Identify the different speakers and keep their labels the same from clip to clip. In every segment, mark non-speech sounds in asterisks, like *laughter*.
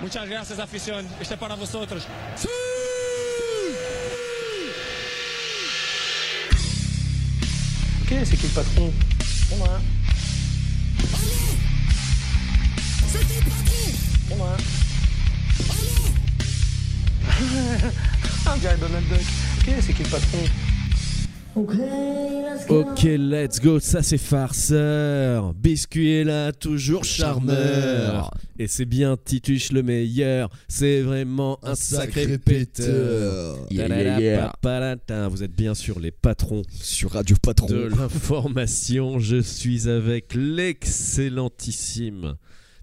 Speaker 1: Muchas gracias, afición. Este es para vosotros.
Speaker 2: Ok, c'est qui le patron
Speaker 3: C'est moi.
Speaker 4: Allez C'est qui le patron
Speaker 3: C'est moi.
Speaker 4: Allez
Speaker 2: Ah, on dirait Donald Duck. Ok, c'est qui le patron
Speaker 5: Ok, let's go, ça c'est farceur. Biscuit est là, toujours charmeur. Et c'est bien Tituche le meilleur. C'est vraiment un, sacré, péteur.
Speaker 6: Yeah,
Speaker 5: Talala,
Speaker 6: yeah, yeah.
Speaker 5: papalata. Vous êtes bien sûr les patrons
Speaker 6: Sur Radio Patron.
Speaker 5: de l'information. Je suis avec l'excellentissime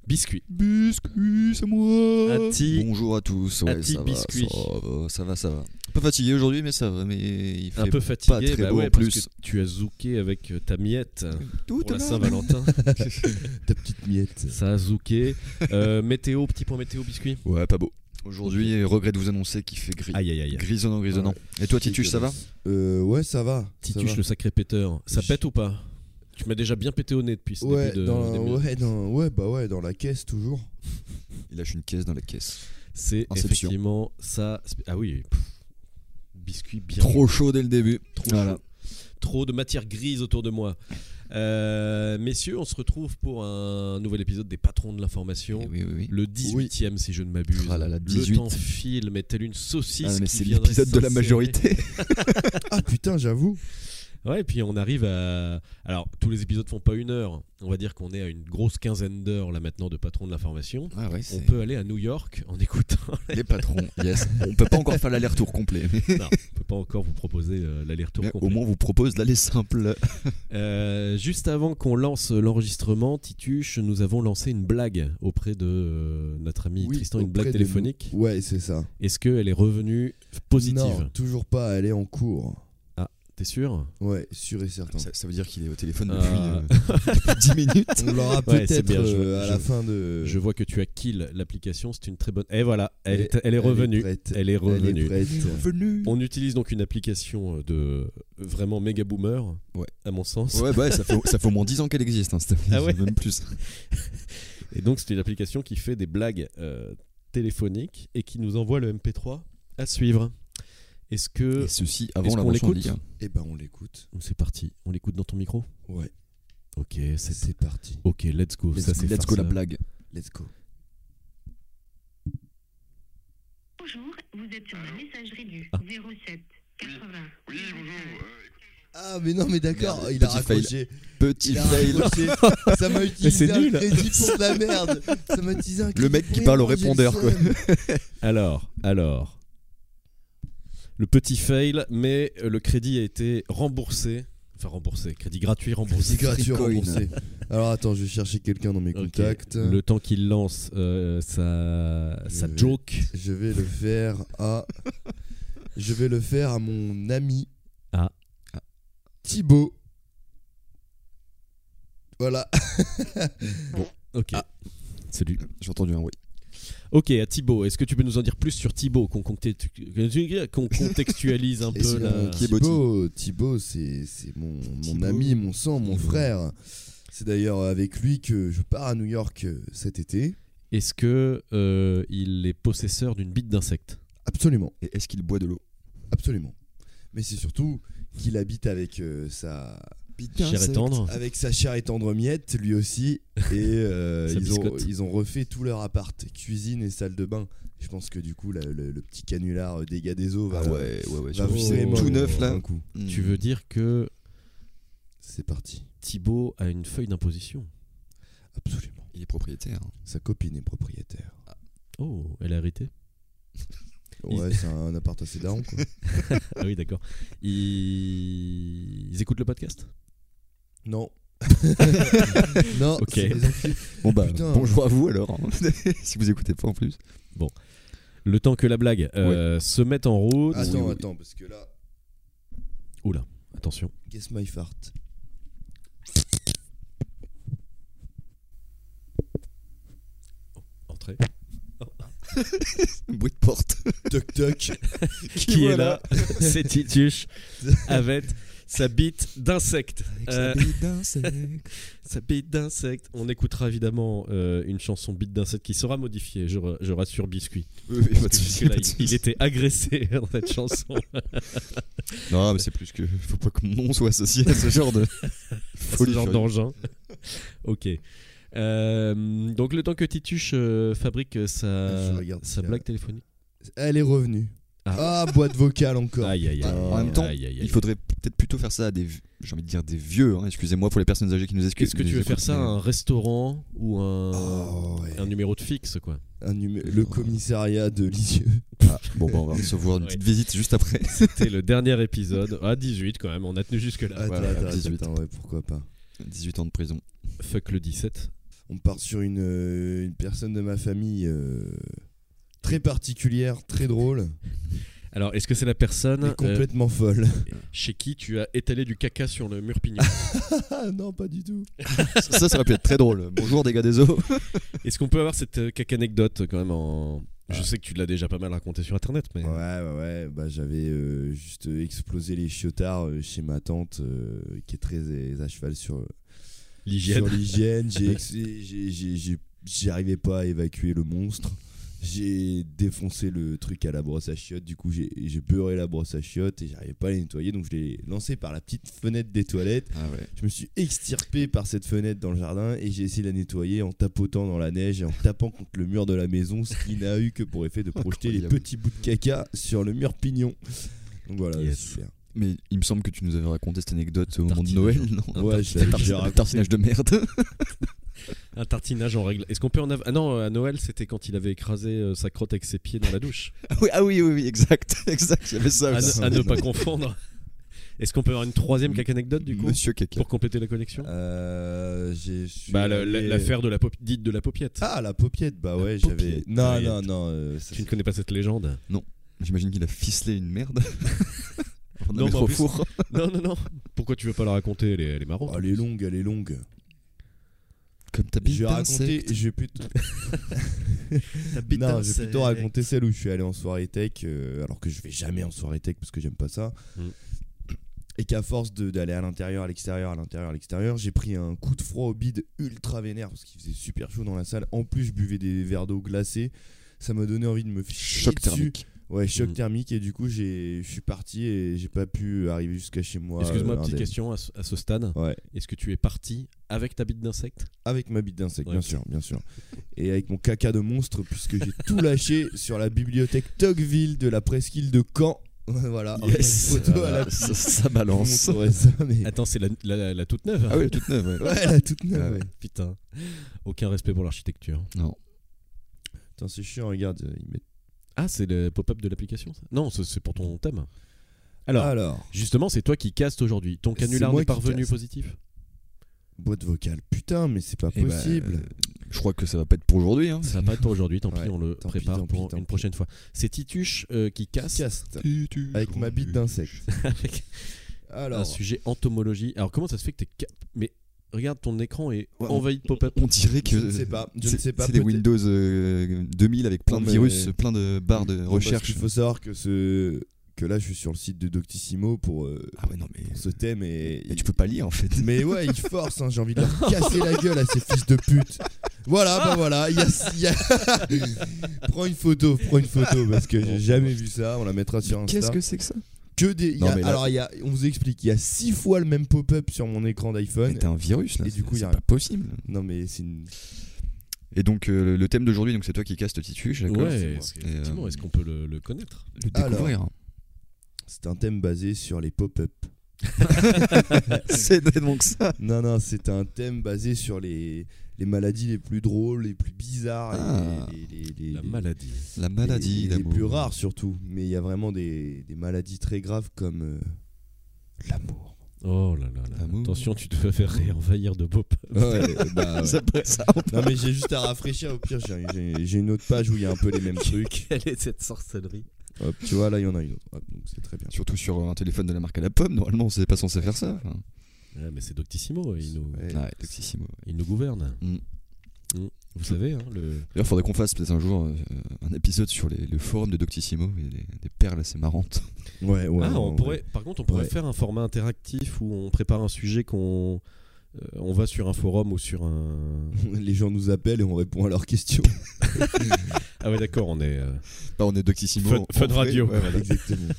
Speaker 5: Biscuit.
Speaker 6: Biscuit, c'est moi.
Speaker 5: Ati,
Speaker 6: Bonjour à tous. Ouais,
Speaker 5: Ati
Speaker 6: ça, va,
Speaker 5: Biscuit.
Speaker 6: ça va, ça va, ça va. Un peu fatigué aujourd'hui, mais ça va. Mais il fait
Speaker 5: un peu fatigué,
Speaker 6: pas très
Speaker 5: bah
Speaker 6: beau
Speaker 5: ouais,
Speaker 6: en
Speaker 5: parce
Speaker 6: plus.
Speaker 5: que tu as zooké avec euh, ta miette
Speaker 6: tout
Speaker 5: pour la
Speaker 6: à l'heure.
Speaker 5: Saint-Valentin.
Speaker 6: Ta petite miette.
Speaker 5: Ça a zooké. Euh, météo, petit point météo, Biscuit.
Speaker 6: Ouais, pas beau. Aujourd'hui, regret de vous annoncer qu'il fait gris.
Speaker 5: Aïe aïe aïe.
Speaker 6: Grisonnant, grisonnant. Et toi, Titus, ça va
Speaker 7: Euh, ouais, ça va. ça
Speaker 5: Titus
Speaker 7: va.
Speaker 5: le sacré péteur, ça
Speaker 7: Je-
Speaker 5: pète ou pas Tu m'as déjà bien pété au nez depuis ce
Speaker 7: Ouais,
Speaker 5: début de
Speaker 7: dans,
Speaker 5: début.
Speaker 7: ouais, dans- ouais, bah ouais, dans la caisse toujours.
Speaker 6: Il lâche une caisse dans la caisse.
Speaker 5: C'est
Speaker 6: Inception.
Speaker 5: effectivement ça. Ah oui, pff, biscuit bien.
Speaker 6: Trop chaud dès le début.
Speaker 5: Trop
Speaker 6: Voilà.
Speaker 5: chaud. Trop de matière grise autour de moi. Euh, messieurs, on se retrouve pour un nouvel épisode des patrons de l'information.
Speaker 6: Eh Oui, oui, oui.
Speaker 5: Le 18 e si je ne m'abuse.
Speaker 6: Ah là là,
Speaker 5: Le
Speaker 6: 18.
Speaker 5: temps file, mais telle une saucisse.
Speaker 6: Ah, mais
Speaker 5: qui
Speaker 6: c'est
Speaker 5: viendrait
Speaker 6: l'épisode de la
Speaker 5: s'insérer.
Speaker 6: majorité.
Speaker 7: Ah putain, j'avoue.
Speaker 5: Ouais, et puis on arrive à. Alors, tous les épisodes font pas une heure. On va dire qu'on est à une grosse quinzaine d'heures là maintenant de patrons de l'information.
Speaker 6: Ah *laughs* ouais,
Speaker 5: On
Speaker 6: c'est-
Speaker 5: peut aller à New York en écoutant. *laughs*
Speaker 6: Les patrons, yes. On peut pas encore faire l'aller-retour complet, mais
Speaker 5: non, on peut pas encore vous proposer euh, l'aller-retour
Speaker 6: mais
Speaker 5: complet.
Speaker 6: au moins on vous propose d'aller simple.
Speaker 5: Euh, juste avant qu'on lance l'enregistrement, Tituche, nous avons lancé une blague auprès de euh, notre ami
Speaker 7: Oui,
Speaker 5: Tristan, une
Speaker 7: auprès
Speaker 5: blague
Speaker 7: de
Speaker 5: téléphonique.
Speaker 7: nous. Ouais, c'est ça.
Speaker 5: Est-ce qu'elle est revenue positive
Speaker 7: Non, toujours pas, elle est en cours.
Speaker 5: T'es sûr
Speaker 7: Ouais, sûr et certain.
Speaker 6: Ça, ça veut dire qu'il est au téléphone
Speaker 5: Ah.
Speaker 6: depuis, euh, depuis 10 minutes.
Speaker 7: On l'aura
Speaker 5: Ouais, c'est
Speaker 7: peut-être
Speaker 5: bien, je-
Speaker 7: euh, à la
Speaker 5: je-
Speaker 7: fin de.
Speaker 5: Je vois que tu as kill l'application, c'est une très bonne. Et voilà, elle,
Speaker 7: Et
Speaker 5: est, elle est revenue.
Speaker 7: prête.
Speaker 5: Elle est
Speaker 7: Elle
Speaker 5: revenue.
Speaker 7: est prête.
Speaker 5: On utilise donc une application euh, de vraiment méga boomer,
Speaker 6: Ouais.
Speaker 5: à mon sens.
Speaker 6: Ouais, bah, ouais, ça fait, ça fait au moins 10 ans qu'elle existe, hein, cette appli,
Speaker 5: Ah ouais
Speaker 6: même plus.
Speaker 5: Et donc, c'est une application qui fait des blagues euh, téléphoniques et qui nous envoie le MP3 à suivre. Est-ce que.
Speaker 6: Et ceci
Speaker 5: Euh, est-ce
Speaker 6: avant la
Speaker 5: qu'on
Speaker 6: mention de
Speaker 5: l'écoute
Speaker 6: Ligue 1.
Speaker 7: Et ben on l'écoute.
Speaker 5: C'est parti, on l'écoute dans ton micro
Speaker 7: Ouais,
Speaker 5: Ok, c'est.
Speaker 7: c'est parti.
Speaker 5: Ok, let's go.
Speaker 6: Let's,
Speaker 5: ça, c'est hein.
Speaker 6: let's go la
Speaker 5: farceur.
Speaker 6: blague.
Speaker 7: Let's go.
Speaker 8: Bonjour, vous êtes sur la messagerie du
Speaker 5: Ah.
Speaker 8: 07 80.
Speaker 9: Oui, bonjour. euh,
Speaker 7: Ah mais non mais d'accord,
Speaker 6: Merde,
Speaker 7: il a
Speaker 6: petit
Speaker 7: raccroché.
Speaker 6: Petit
Speaker 7: Il a
Speaker 6: fail. *laughs*
Speaker 7: raccroché. Ça m'a utilisé
Speaker 5: c'est
Speaker 7: un
Speaker 5: nul.
Speaker 7: crédit pour de la merde. Ça m'a utilisé un crédit
Speaker 6: mec qui
Speaker 7: pour-
Speaker 6: parle au
Speaker 7: Oh, j'ai le
Speaker 6: répondeur, quoi. *laughs*
Speaker 7: seum.
Speaker 5: Alors, alors. Le petit fail, mais euh, le crédit a été remboursé. Enfin, remboursé. Crédit gratuit, remboursé.
Speaker 7: C'est gratuit
Speaker 6: Bitcoin.
Speaker 7: remboursé. Alors attends, je vais chercher quelqu'un dans mes
Speaker 5: Ok.
Speaker 7: contacts.
Speaker 5: Le temps qu'il lance euh, sa, sa
Speaker 7: vais-
Speaker 5: joke.
Speaker 7: Je vais le faire à. Je vais le faire à mon ami.
Speaker 5: Ah.
Speaker 7: Thibaut. Voilà.
Speaker 5: Ok. *laughs* Salut.
Speaker 6: J'ai entendu un oui.
Speaker 5: Ok, à Thibaut, est-ce que tu peux nous en dire plus sur Thibaut qu'on contextu- qu'on contextualise un
Speaker 7: *laughs* Et
Speaker 5: peu
Speaker 7: c'est,
Speaker 5: là
Speaker 7: euh, Thibaut, Thibaut, c'est c'est mon, mon
Speaker 5: Thibaut.
Speaker 7: ami, mon sang, mon
Speaker 5: Thibaut.
Speaker 7: frère. C'est d'ailleurs avec lui que je pars à New York euh, cet été.
Speaker 5: Est-ce que euh, il est possesseur d'une bite d'insecte
Speaker 7: Absolument,
Speaker 6: Et est-ce qu'il boit de l'eau
Speaker 7: absolument. Mais c'est surtout qu'il habite avec euh, sa
Speaker 5: Cher et tendre
Speaker 7: avec sa chère et tendre miette, lui aussi.
Speaker 5: *laughs*
Speaker 7: Et euh,
Speaker 5: Sa
Speaker 7: ils, ont,
Speaker 5: biscotte.
Speaker 7: ils ont refait tout leur appart, cuisine et salle de bain. Je pense que du coup, la- le, le petit canular euh, dégâts des eaux va,
Speaker 6: Bah
Speaker 5: Ah
Speaker 6: ouais, ouais, ouais.
Speaker 7: va
Speaker 6: surtout, c'est
Speaker 7: vraiment
Speaker 6: tout neuf là.
Speaker 7: d'un coup.
Speaker 6: Mm.
Speaker 5: Tu veux dire que
Speaker 7: C'est parti,
Speaker 5: Thibaut a une feuille d'imposition
Speaker 7: absolument.
Speaker 6: Il est propriétaire.
Speaker 7: Sa copine est propriétaire.
Speaker 5: Oh, elle a hérité
Speaker 7: Ouais, c'est un appart assez daron quoi.
Speaker 5: *laughs* Ah oui, d'accord. Ils... ils écoutent le podcast
Speaker 7: Non. *laughs* non,
Speaker 5: Ok.
Speaker 7: c'est des enculés.
Speaker 6: Bon bah,
Speaker 7: Putain.
Speaker 6: bonjour à vous alors. hein. *laughs* si vous écoutez pas en plus.
Speaker 5: Le temps que la blague euh, se mette en route.
Speaker 7: Attends, attends, parce que là,
Speaker 5: Oula, attention.
Speaker 7: guess my fart.
Speaker 5: Entrée.
Speaker 6: Bruit de porte.
Speaker 7: Toc toc.
Speaker 5: Qui est là C'est Tituche avec Sa bite d'insecte.
Speaker 7: Avec
Speaker 5: Euh.
Speaker 7: sa bite d'insecte.
Speaker 5: Sa bite d'insecte. On écoutera évidemment euh, une chanson bite d'insecte qui sera modifiée, je, ra- je rassure
Speaker 7: *laughs*
Speaker 5: Biscuit.
Speaker 6: Oui, oui, pas de
Speaker 5: Parce que
Speaker 6: soucis,
Speaker 5: là,
Speaker 6: pas de
Speaker 5: il- il
Speaker 6: soucis.
Speaker 5: était agressé *laughs* dans cette
Speaker 7: *laughs*
Speaker 5: chanson.
Speaker 6: Non, mais c'est plus que. Faut pas que mon nom soit
Speaker 5: *laughs*
Speaker 6: associé à ce genre de.
Speaker 5: ce
Speaker 6: folie
Speaker 5: genre
Speaker 6: furieuse.
Speaker 5: d'engin. *laughs* ok. Euh, donc le temps que Tituche euh, fabrique euh, sa,
Speaker 7: Je regarde
Speaker 5: sa
Speaker 7: si,
Speaker 5: blague téléphonique.
Speaker 7: Elle est revenue.
Speaker 5: Ah.
Speaker 7: Ah, boîte vocale encore.
Speaker 5: Aïe aïe aïe.
Speaker 7: Ah, en
Speaker 5: aïe,
Speaker 6: même temps,
Speaker 5: aïe, aïe, aïe.
Speaker 6: Il faudrait peut-être plutôt faire ça à des. J'ai envie de dire des vieux, hein, excusez-moi pour les personnes âgées qui nous excusent.
Speaker 5: Qu'est-ce que tu veux faire ça Un restaurant ou un,
Speaker 7: Oh, ouais.
Speaker 5: un numéro de fixe quoi
Speaker 7: Un numé- le commissariat de Lisieux.
Speaker 6: Bon, bah, on va recevoir une
Speaker 5: Ouais.
Speaker 6: petite visite juste après. *laughs*
Speaker 5: C'était le dernier épisode. À 18 quand même, on a tenu jusque là.
Speaker 7: Attends,
Speaker 6: ouais,
Speaker 7: attends,
Speaker 6: 18.
Speaker 7: attends, ouais, pourquoi pas.
Speaker 6: 18 ans de prison.
Speaker 5: Fuck le 17.
Speaker 7: On part sur une, euh, une personne de ma famille euh, très particulière, très drôle,
Speaker 5: Alors est-ce que c'est la personne
Speaker 7: et complètement folle. *laughs*
Speaker 5: euh, chez qui tu as étalé du caca sur le mur pignon
Speaker 7: Ah non, pas du tout.
Speaker 6: ça, ça, ça aurait pu être très drôle. Bonjour, des gars des eaux.
Speaker 5: Est-ce qu'on peut avoir cette euh, caca anecdote quand même en... Je sais que tu l'as déjà pas mal raconté sur internet mais...
Speaker 7: Ouais, ouais, ouais. Bah, j'avais euh, juste explosé les chiotards euh, chez ma tante euh, qui est très euh, à cheval sur euh,
Speaker 5: L'hygiène.
Speaker 7: sur l'hygiène. J'ai ex- j'ai- j'ai- j'ai- J'arrivais pas à évacuer le monstre. J'ai défoncé le truc à la brosse à chiottes. Du coup, j'ai j'ai beurré la brosse à chiottes et j'arrivais pas à les nettoyer. Donc, je l'ai lancé par la petite fenêtre des toilettes.
Speaker 6: Ah ouais.
Speaker 7: Je me suis extirpé par cette fenêtre dans le jardin et j'ai essayé de la nettoyer en tapotant dans la neige et en tapant contre le mur de la maison, ce qui n'a eu que pour effet de projeter les
Speaker 6: Incroyable.
Speaker 7: petits bouts de caca sur le mur pignon. Donc voilà,
Speaker 5: Yes.
Speaker 7: super.
Speaker 6: Mais il me semble que tu nous avais raconté cette anecdote au moment de
Speaker 5: Tartinage.
Speaker 6: Noël, non
Speaker 7: Ouais, je l'avais déjà
Speaker 6: Un
Speaker 7: raconté.
Speaker 6: tartinage de merde. *laughs*
Speaker 5: Un tartinage en règle. Est-ce qu'on peut en avoir Ah non, à Noël, c'était quand il avait écrasé euh, sa crotte avec ses pieds dans la douche.
Speaker 6: Ah oui, ah oui, oui, oui, exact. *laughs* Exact, j'avais ça.
Speaker 7: Ah,
Speaker 5: à,
Speaker 6: aussi.
Speaker 5: ne, à ne pas confondre. Est-ce qu'on peut avoir une troisième caca anecdote du coup
Speaker 6: Monsieur Caca.
Speaker 5: pour compléter la
Speaker 7: Ah,
Speaker 5: connexion
Speaker 7: Euh, j'ai- je suis
Speaker 5: Bah le- le-
Speaker 7: allé-
Speaker 5: l'affaire de la pop- dite de la paupiette.
Speaker 7: Ah, la paupiette, bah ouais, j'avais.
Speaker 6: paupiette.
Speaker 7: Non,
Speaker 5: Ah, il y a-
Speaker 7: non, non, euh, ça,
Speaker 5: tu ne connais pas cette
Speaker 7: *laughs*
Speaker 5: légende
Speaker 6: J'imagine qu'il a ficelé une merde. *laughs* On
Speaker 5: Non,
Speaker 6: a mis
Speaker 5: mais en
Speaker 6: au
Speaker 5: plus-
Speaker 6: four.
Speaker 5: Non non non. Pourquoi tu veux pas la raconter Elle est, elle est marrante.
Speaker 7: Oh, elle est longue, elle est longue.
Speaker 6: Comme ta bite
Speaker 7: Je vais raconter,
Speaker 6: d'insecte.
Speaker 7: je vais plutôt, non, je vais plutôt raconter celle où je suis allé en soirée tech, euh, alors que je vais jamais en soirée tech parce que j'aime pas ça.
Speaker 5: Mm.
Speaker 7: Et qu'à force de- d'aller à l'intérieur, à l'extérieur, à l'intérieur, à l'extérieur, j'ai pris un coup de froid au bide ultra vénère parce qu'il faisait super chaud dans la salle. En plus, je buvais des verres d'eau glacée. Ça m'a donné envie de me ficher
Speaker 6: Choc
Speaker 7: dessus.
Speaker 6: thermique.
Speaker 7: Ouais, choc
Speaker 5: Mm.
Speaker 7: thermique. Et du coup, j'ai- je suis parti et j'ai pas pu arriver jusqu'à chez moi.
Speaker 5: Excuse-moi,
Speaker 7: euh,
Speaker 5: petite
Speaker 7: indemne.
Speaker 5: question à ce, à ce stade.
Speaker 7: Ouais.
Speaker 5: Est-ce que tu es parti avec ta bite d'insecte
Speaker 7: Avec ma bite d'insecte,
Speaker 5: Ouais,
Speaker 7: bien
Speaker 5: ok.
Speaker 7: sûr, bien sûr. Et avec mon caca de monstre, puisque j'ai tout lâché sur la bibliothèque Tocqueville de la presqu'île de Caen. *laughs* voilà,
Speaker 5: Yes. Ah,
Speaker 7: une photo à la
Speaker 6: Voilà, ça,
Speaker 7: *laughs*
Speaker 6: ça balance.
Speaker 7: Je vous montrerai ça,
Speaker 5: *laughs*
Speaker 7: mais-
Speaker 5: Attends, c'est la, la- la- la toute neuve. hein.
Speaker 6: Ah oui, toute neuve.
Speaker 7: *laughs*
Speaker 6: ouais.
Speaker 7: Ouais, la toute neuve. ouais.
Speaker 5: Putain. Aucun respect pour l'architecture.
Speaker 6: Non.
Speaker 7: Putain, c'est chiant, regarde. euh, ils mettent-
Speaker 5: Ah, c'est le pop-up de l'application ça Non, c'est- c'est pour ton thème. Alors,
Speaker 7: Alors,
Speaker 5: Justement, c'est toi qui castes aujourd'hui. Ton
Speaker 7: Ah. C'est
Speaker 5: canular
Speaker 7: moi
Speaker 5: n'est
Speaker 7: qui
Speaker 5: pas revenu
Speaker 7: caste.
Speaker 5: positif
Speaker 7: boîte vocale, putain, mais c'est pas
Speaker 6: Eh ben,
Speaker 7: possible.
Speaker 6: euh, je crois que ça va pas être pour aujourd'hui. hein.
Speaker 7: *laughs*
Speaker 5: Ça va pas être pour aujourd'hui, tant
Speaker 7: Ouais,
Speaker 5: pis, on le
Speaker 7: tant pis,
Speaker 5: prépare
Speaker 7: tant pis,
Speaker 5: pour
Speaker 7: tant
Speaker 5: une
Speaker 7: pis.
Speaker 5: prochaine fois. C'est Tituche euh, qui casse
Speaker 7: Cast, avec ma bite d'insecte.
Speaker 5: avec un
Speaker 7: Alors,
Speaker 5: sujet entomologie. Alors comment ça se fait que t'es... ca- Mais regarde, ton écran est
Speaker 6: Ouais,
Speaker 5: envahi de pop-up.
Speaker 6: On dirait que.
Speaker 7: je ne sais pas. Je ne
Speaker 6: c'est-
Speaker 7: sais pas.
Speaker 6: C'est des
Speaker 7: peut-être-
Speaker 6: Windows euh, 2000 avec plein
Speaker 7: Non,
Speaker 6: de
Speaker 7: mais-
Speaker 6: virus, plein de barres de
Speaker 7: Non, parce
Speaker 6: recherche.
Speaker 7: qu'il faut savoir que ce que là, je suis sur le site de Doctissimo pour, euh,
Speaker 6: Ah ouais, non, mais.
Speaker 7: pour ce thème et
Speaker 6: mais tu peux pas lire en
Speaker 7: *laughs*
Speaker 6: fait. *laughs*
Speaker 7: Mais ouais, ils forcent, hein, j'ai envie de *laughs* leur casser la gueule à ces fils de pute. Voilà, bah voilà, il y a- il y *laughs* a- prends une photo, prends une photo parce que j'ai jamais vu ça, on la mettra sur Insta.
Speaker 6: c'est que ça
Speaker 7: que des il y
Speaker 6: Non,
Speaker 7: a-
Speaker 6: mais là-
Speaker 7: alors il y a on vous explique, il y a six fois le même pop-up sur mon écran d'iPhone.
Speaker 6: Mais t'as un virus là.
Speaker 7: Et du coup, y
Speaker 6: c'est
Speaker 7: a-
Speaker 6: pas possible.
Speaker 7: Non mais c'est une
Speaker 6: Et donc, euh, le thème d'aujourd'hui, donc c'est toi qui casses le titu, je d'accord
Speaker 5: Ouais, est-ce
Speaker 6: c'est
Speaker 5: que-
Speaker 6: moi. Et,
Speaker 5: effectivement,
Speaker 6: euh,
Speaker 5: est-ce qu'on peut le, le connaître
Speaker 6: Le découvrir.
Speaker 7: c'est un thème basé sur les *laughs* pop-up.
Speaker 6: *laughs* c'est donc ça.
Speaker 7: Non non, c'est un thème basé sur les les maladies les plus drôles, les plus bizarres, et
Speaker 6: Ah.
Speaker 7: les, les- les-
Speaker 5: La
Speaker 7: les-
Speaker 5: maladie.
Speaker 6: La maladie
Speaker 7: les, les
Speaker 6: d'amour.
Speaker 7: plus rares surtout, mais il y a vraiment des, des maladies très graves comme euh, l'amour.
Speaker 5: Oh là là là.
Speaker 6: L'amour.
Speaker 5: Attention, tu te fais faire réenvahir de pop-up.
Speaker 7: *laughs*
Speaker 6: C'est après ça.
Speaker 7: bah non mais j'ai juste à rafraîchir au pire j'ai- j'ai j'ai une autre page où il y a un peu les *laughs* mêmes trucs.
Speaker 5: *laughs* Quelle est cette sorcellerie
Speaker 7: Hop, tu vois là il y en a une autre. Hop, donc c'est très bien.
Speaker 6: *laughs* Surtout sur un téléphone de la marque à la pomme, normalement, c'est pas censé faire ça. enfin.
Speaker 5: Mais c'est Doctissimo, il nous,
Speaker 6: Ah
Speaker 7: Ouais.
Speaker 6: Ouais, Doctissimo.
Speaker 5: il nous gouverne. Vous savez, hein, le...
Speaker 6: D'ailleurs, faudrait qu'on fasse peut-être un jour euh, un épisode sur les, le forum de Doctissimo et des, des perles assez marrantes.
Speaker 7: Ouais, ouais.
Speaker 5: Ah, on
Speaker 7: ouais.
Speaker 5: pourrait, par contre, on pourrait
Speaker 7: Ouais.
Speaker 5: faire un format interactif où on prépare un sujet qu'on euh, on va sur un forum ou sur un.
Speaker 7: Les gens nous appellent et on répond à leurs questions.
Speaker 5: Ah ouais, d'accord, on est. euh,
Speaker 6: Bah, on est Doctissimo.
Speaker 5: Fun-
Speaker 6: en-
Speaker 5: fun
Speaker 6: en vrai.
Speaker 5: radio.
Speaker 6: Ouais, voilà.
Speaker 7: Exactement.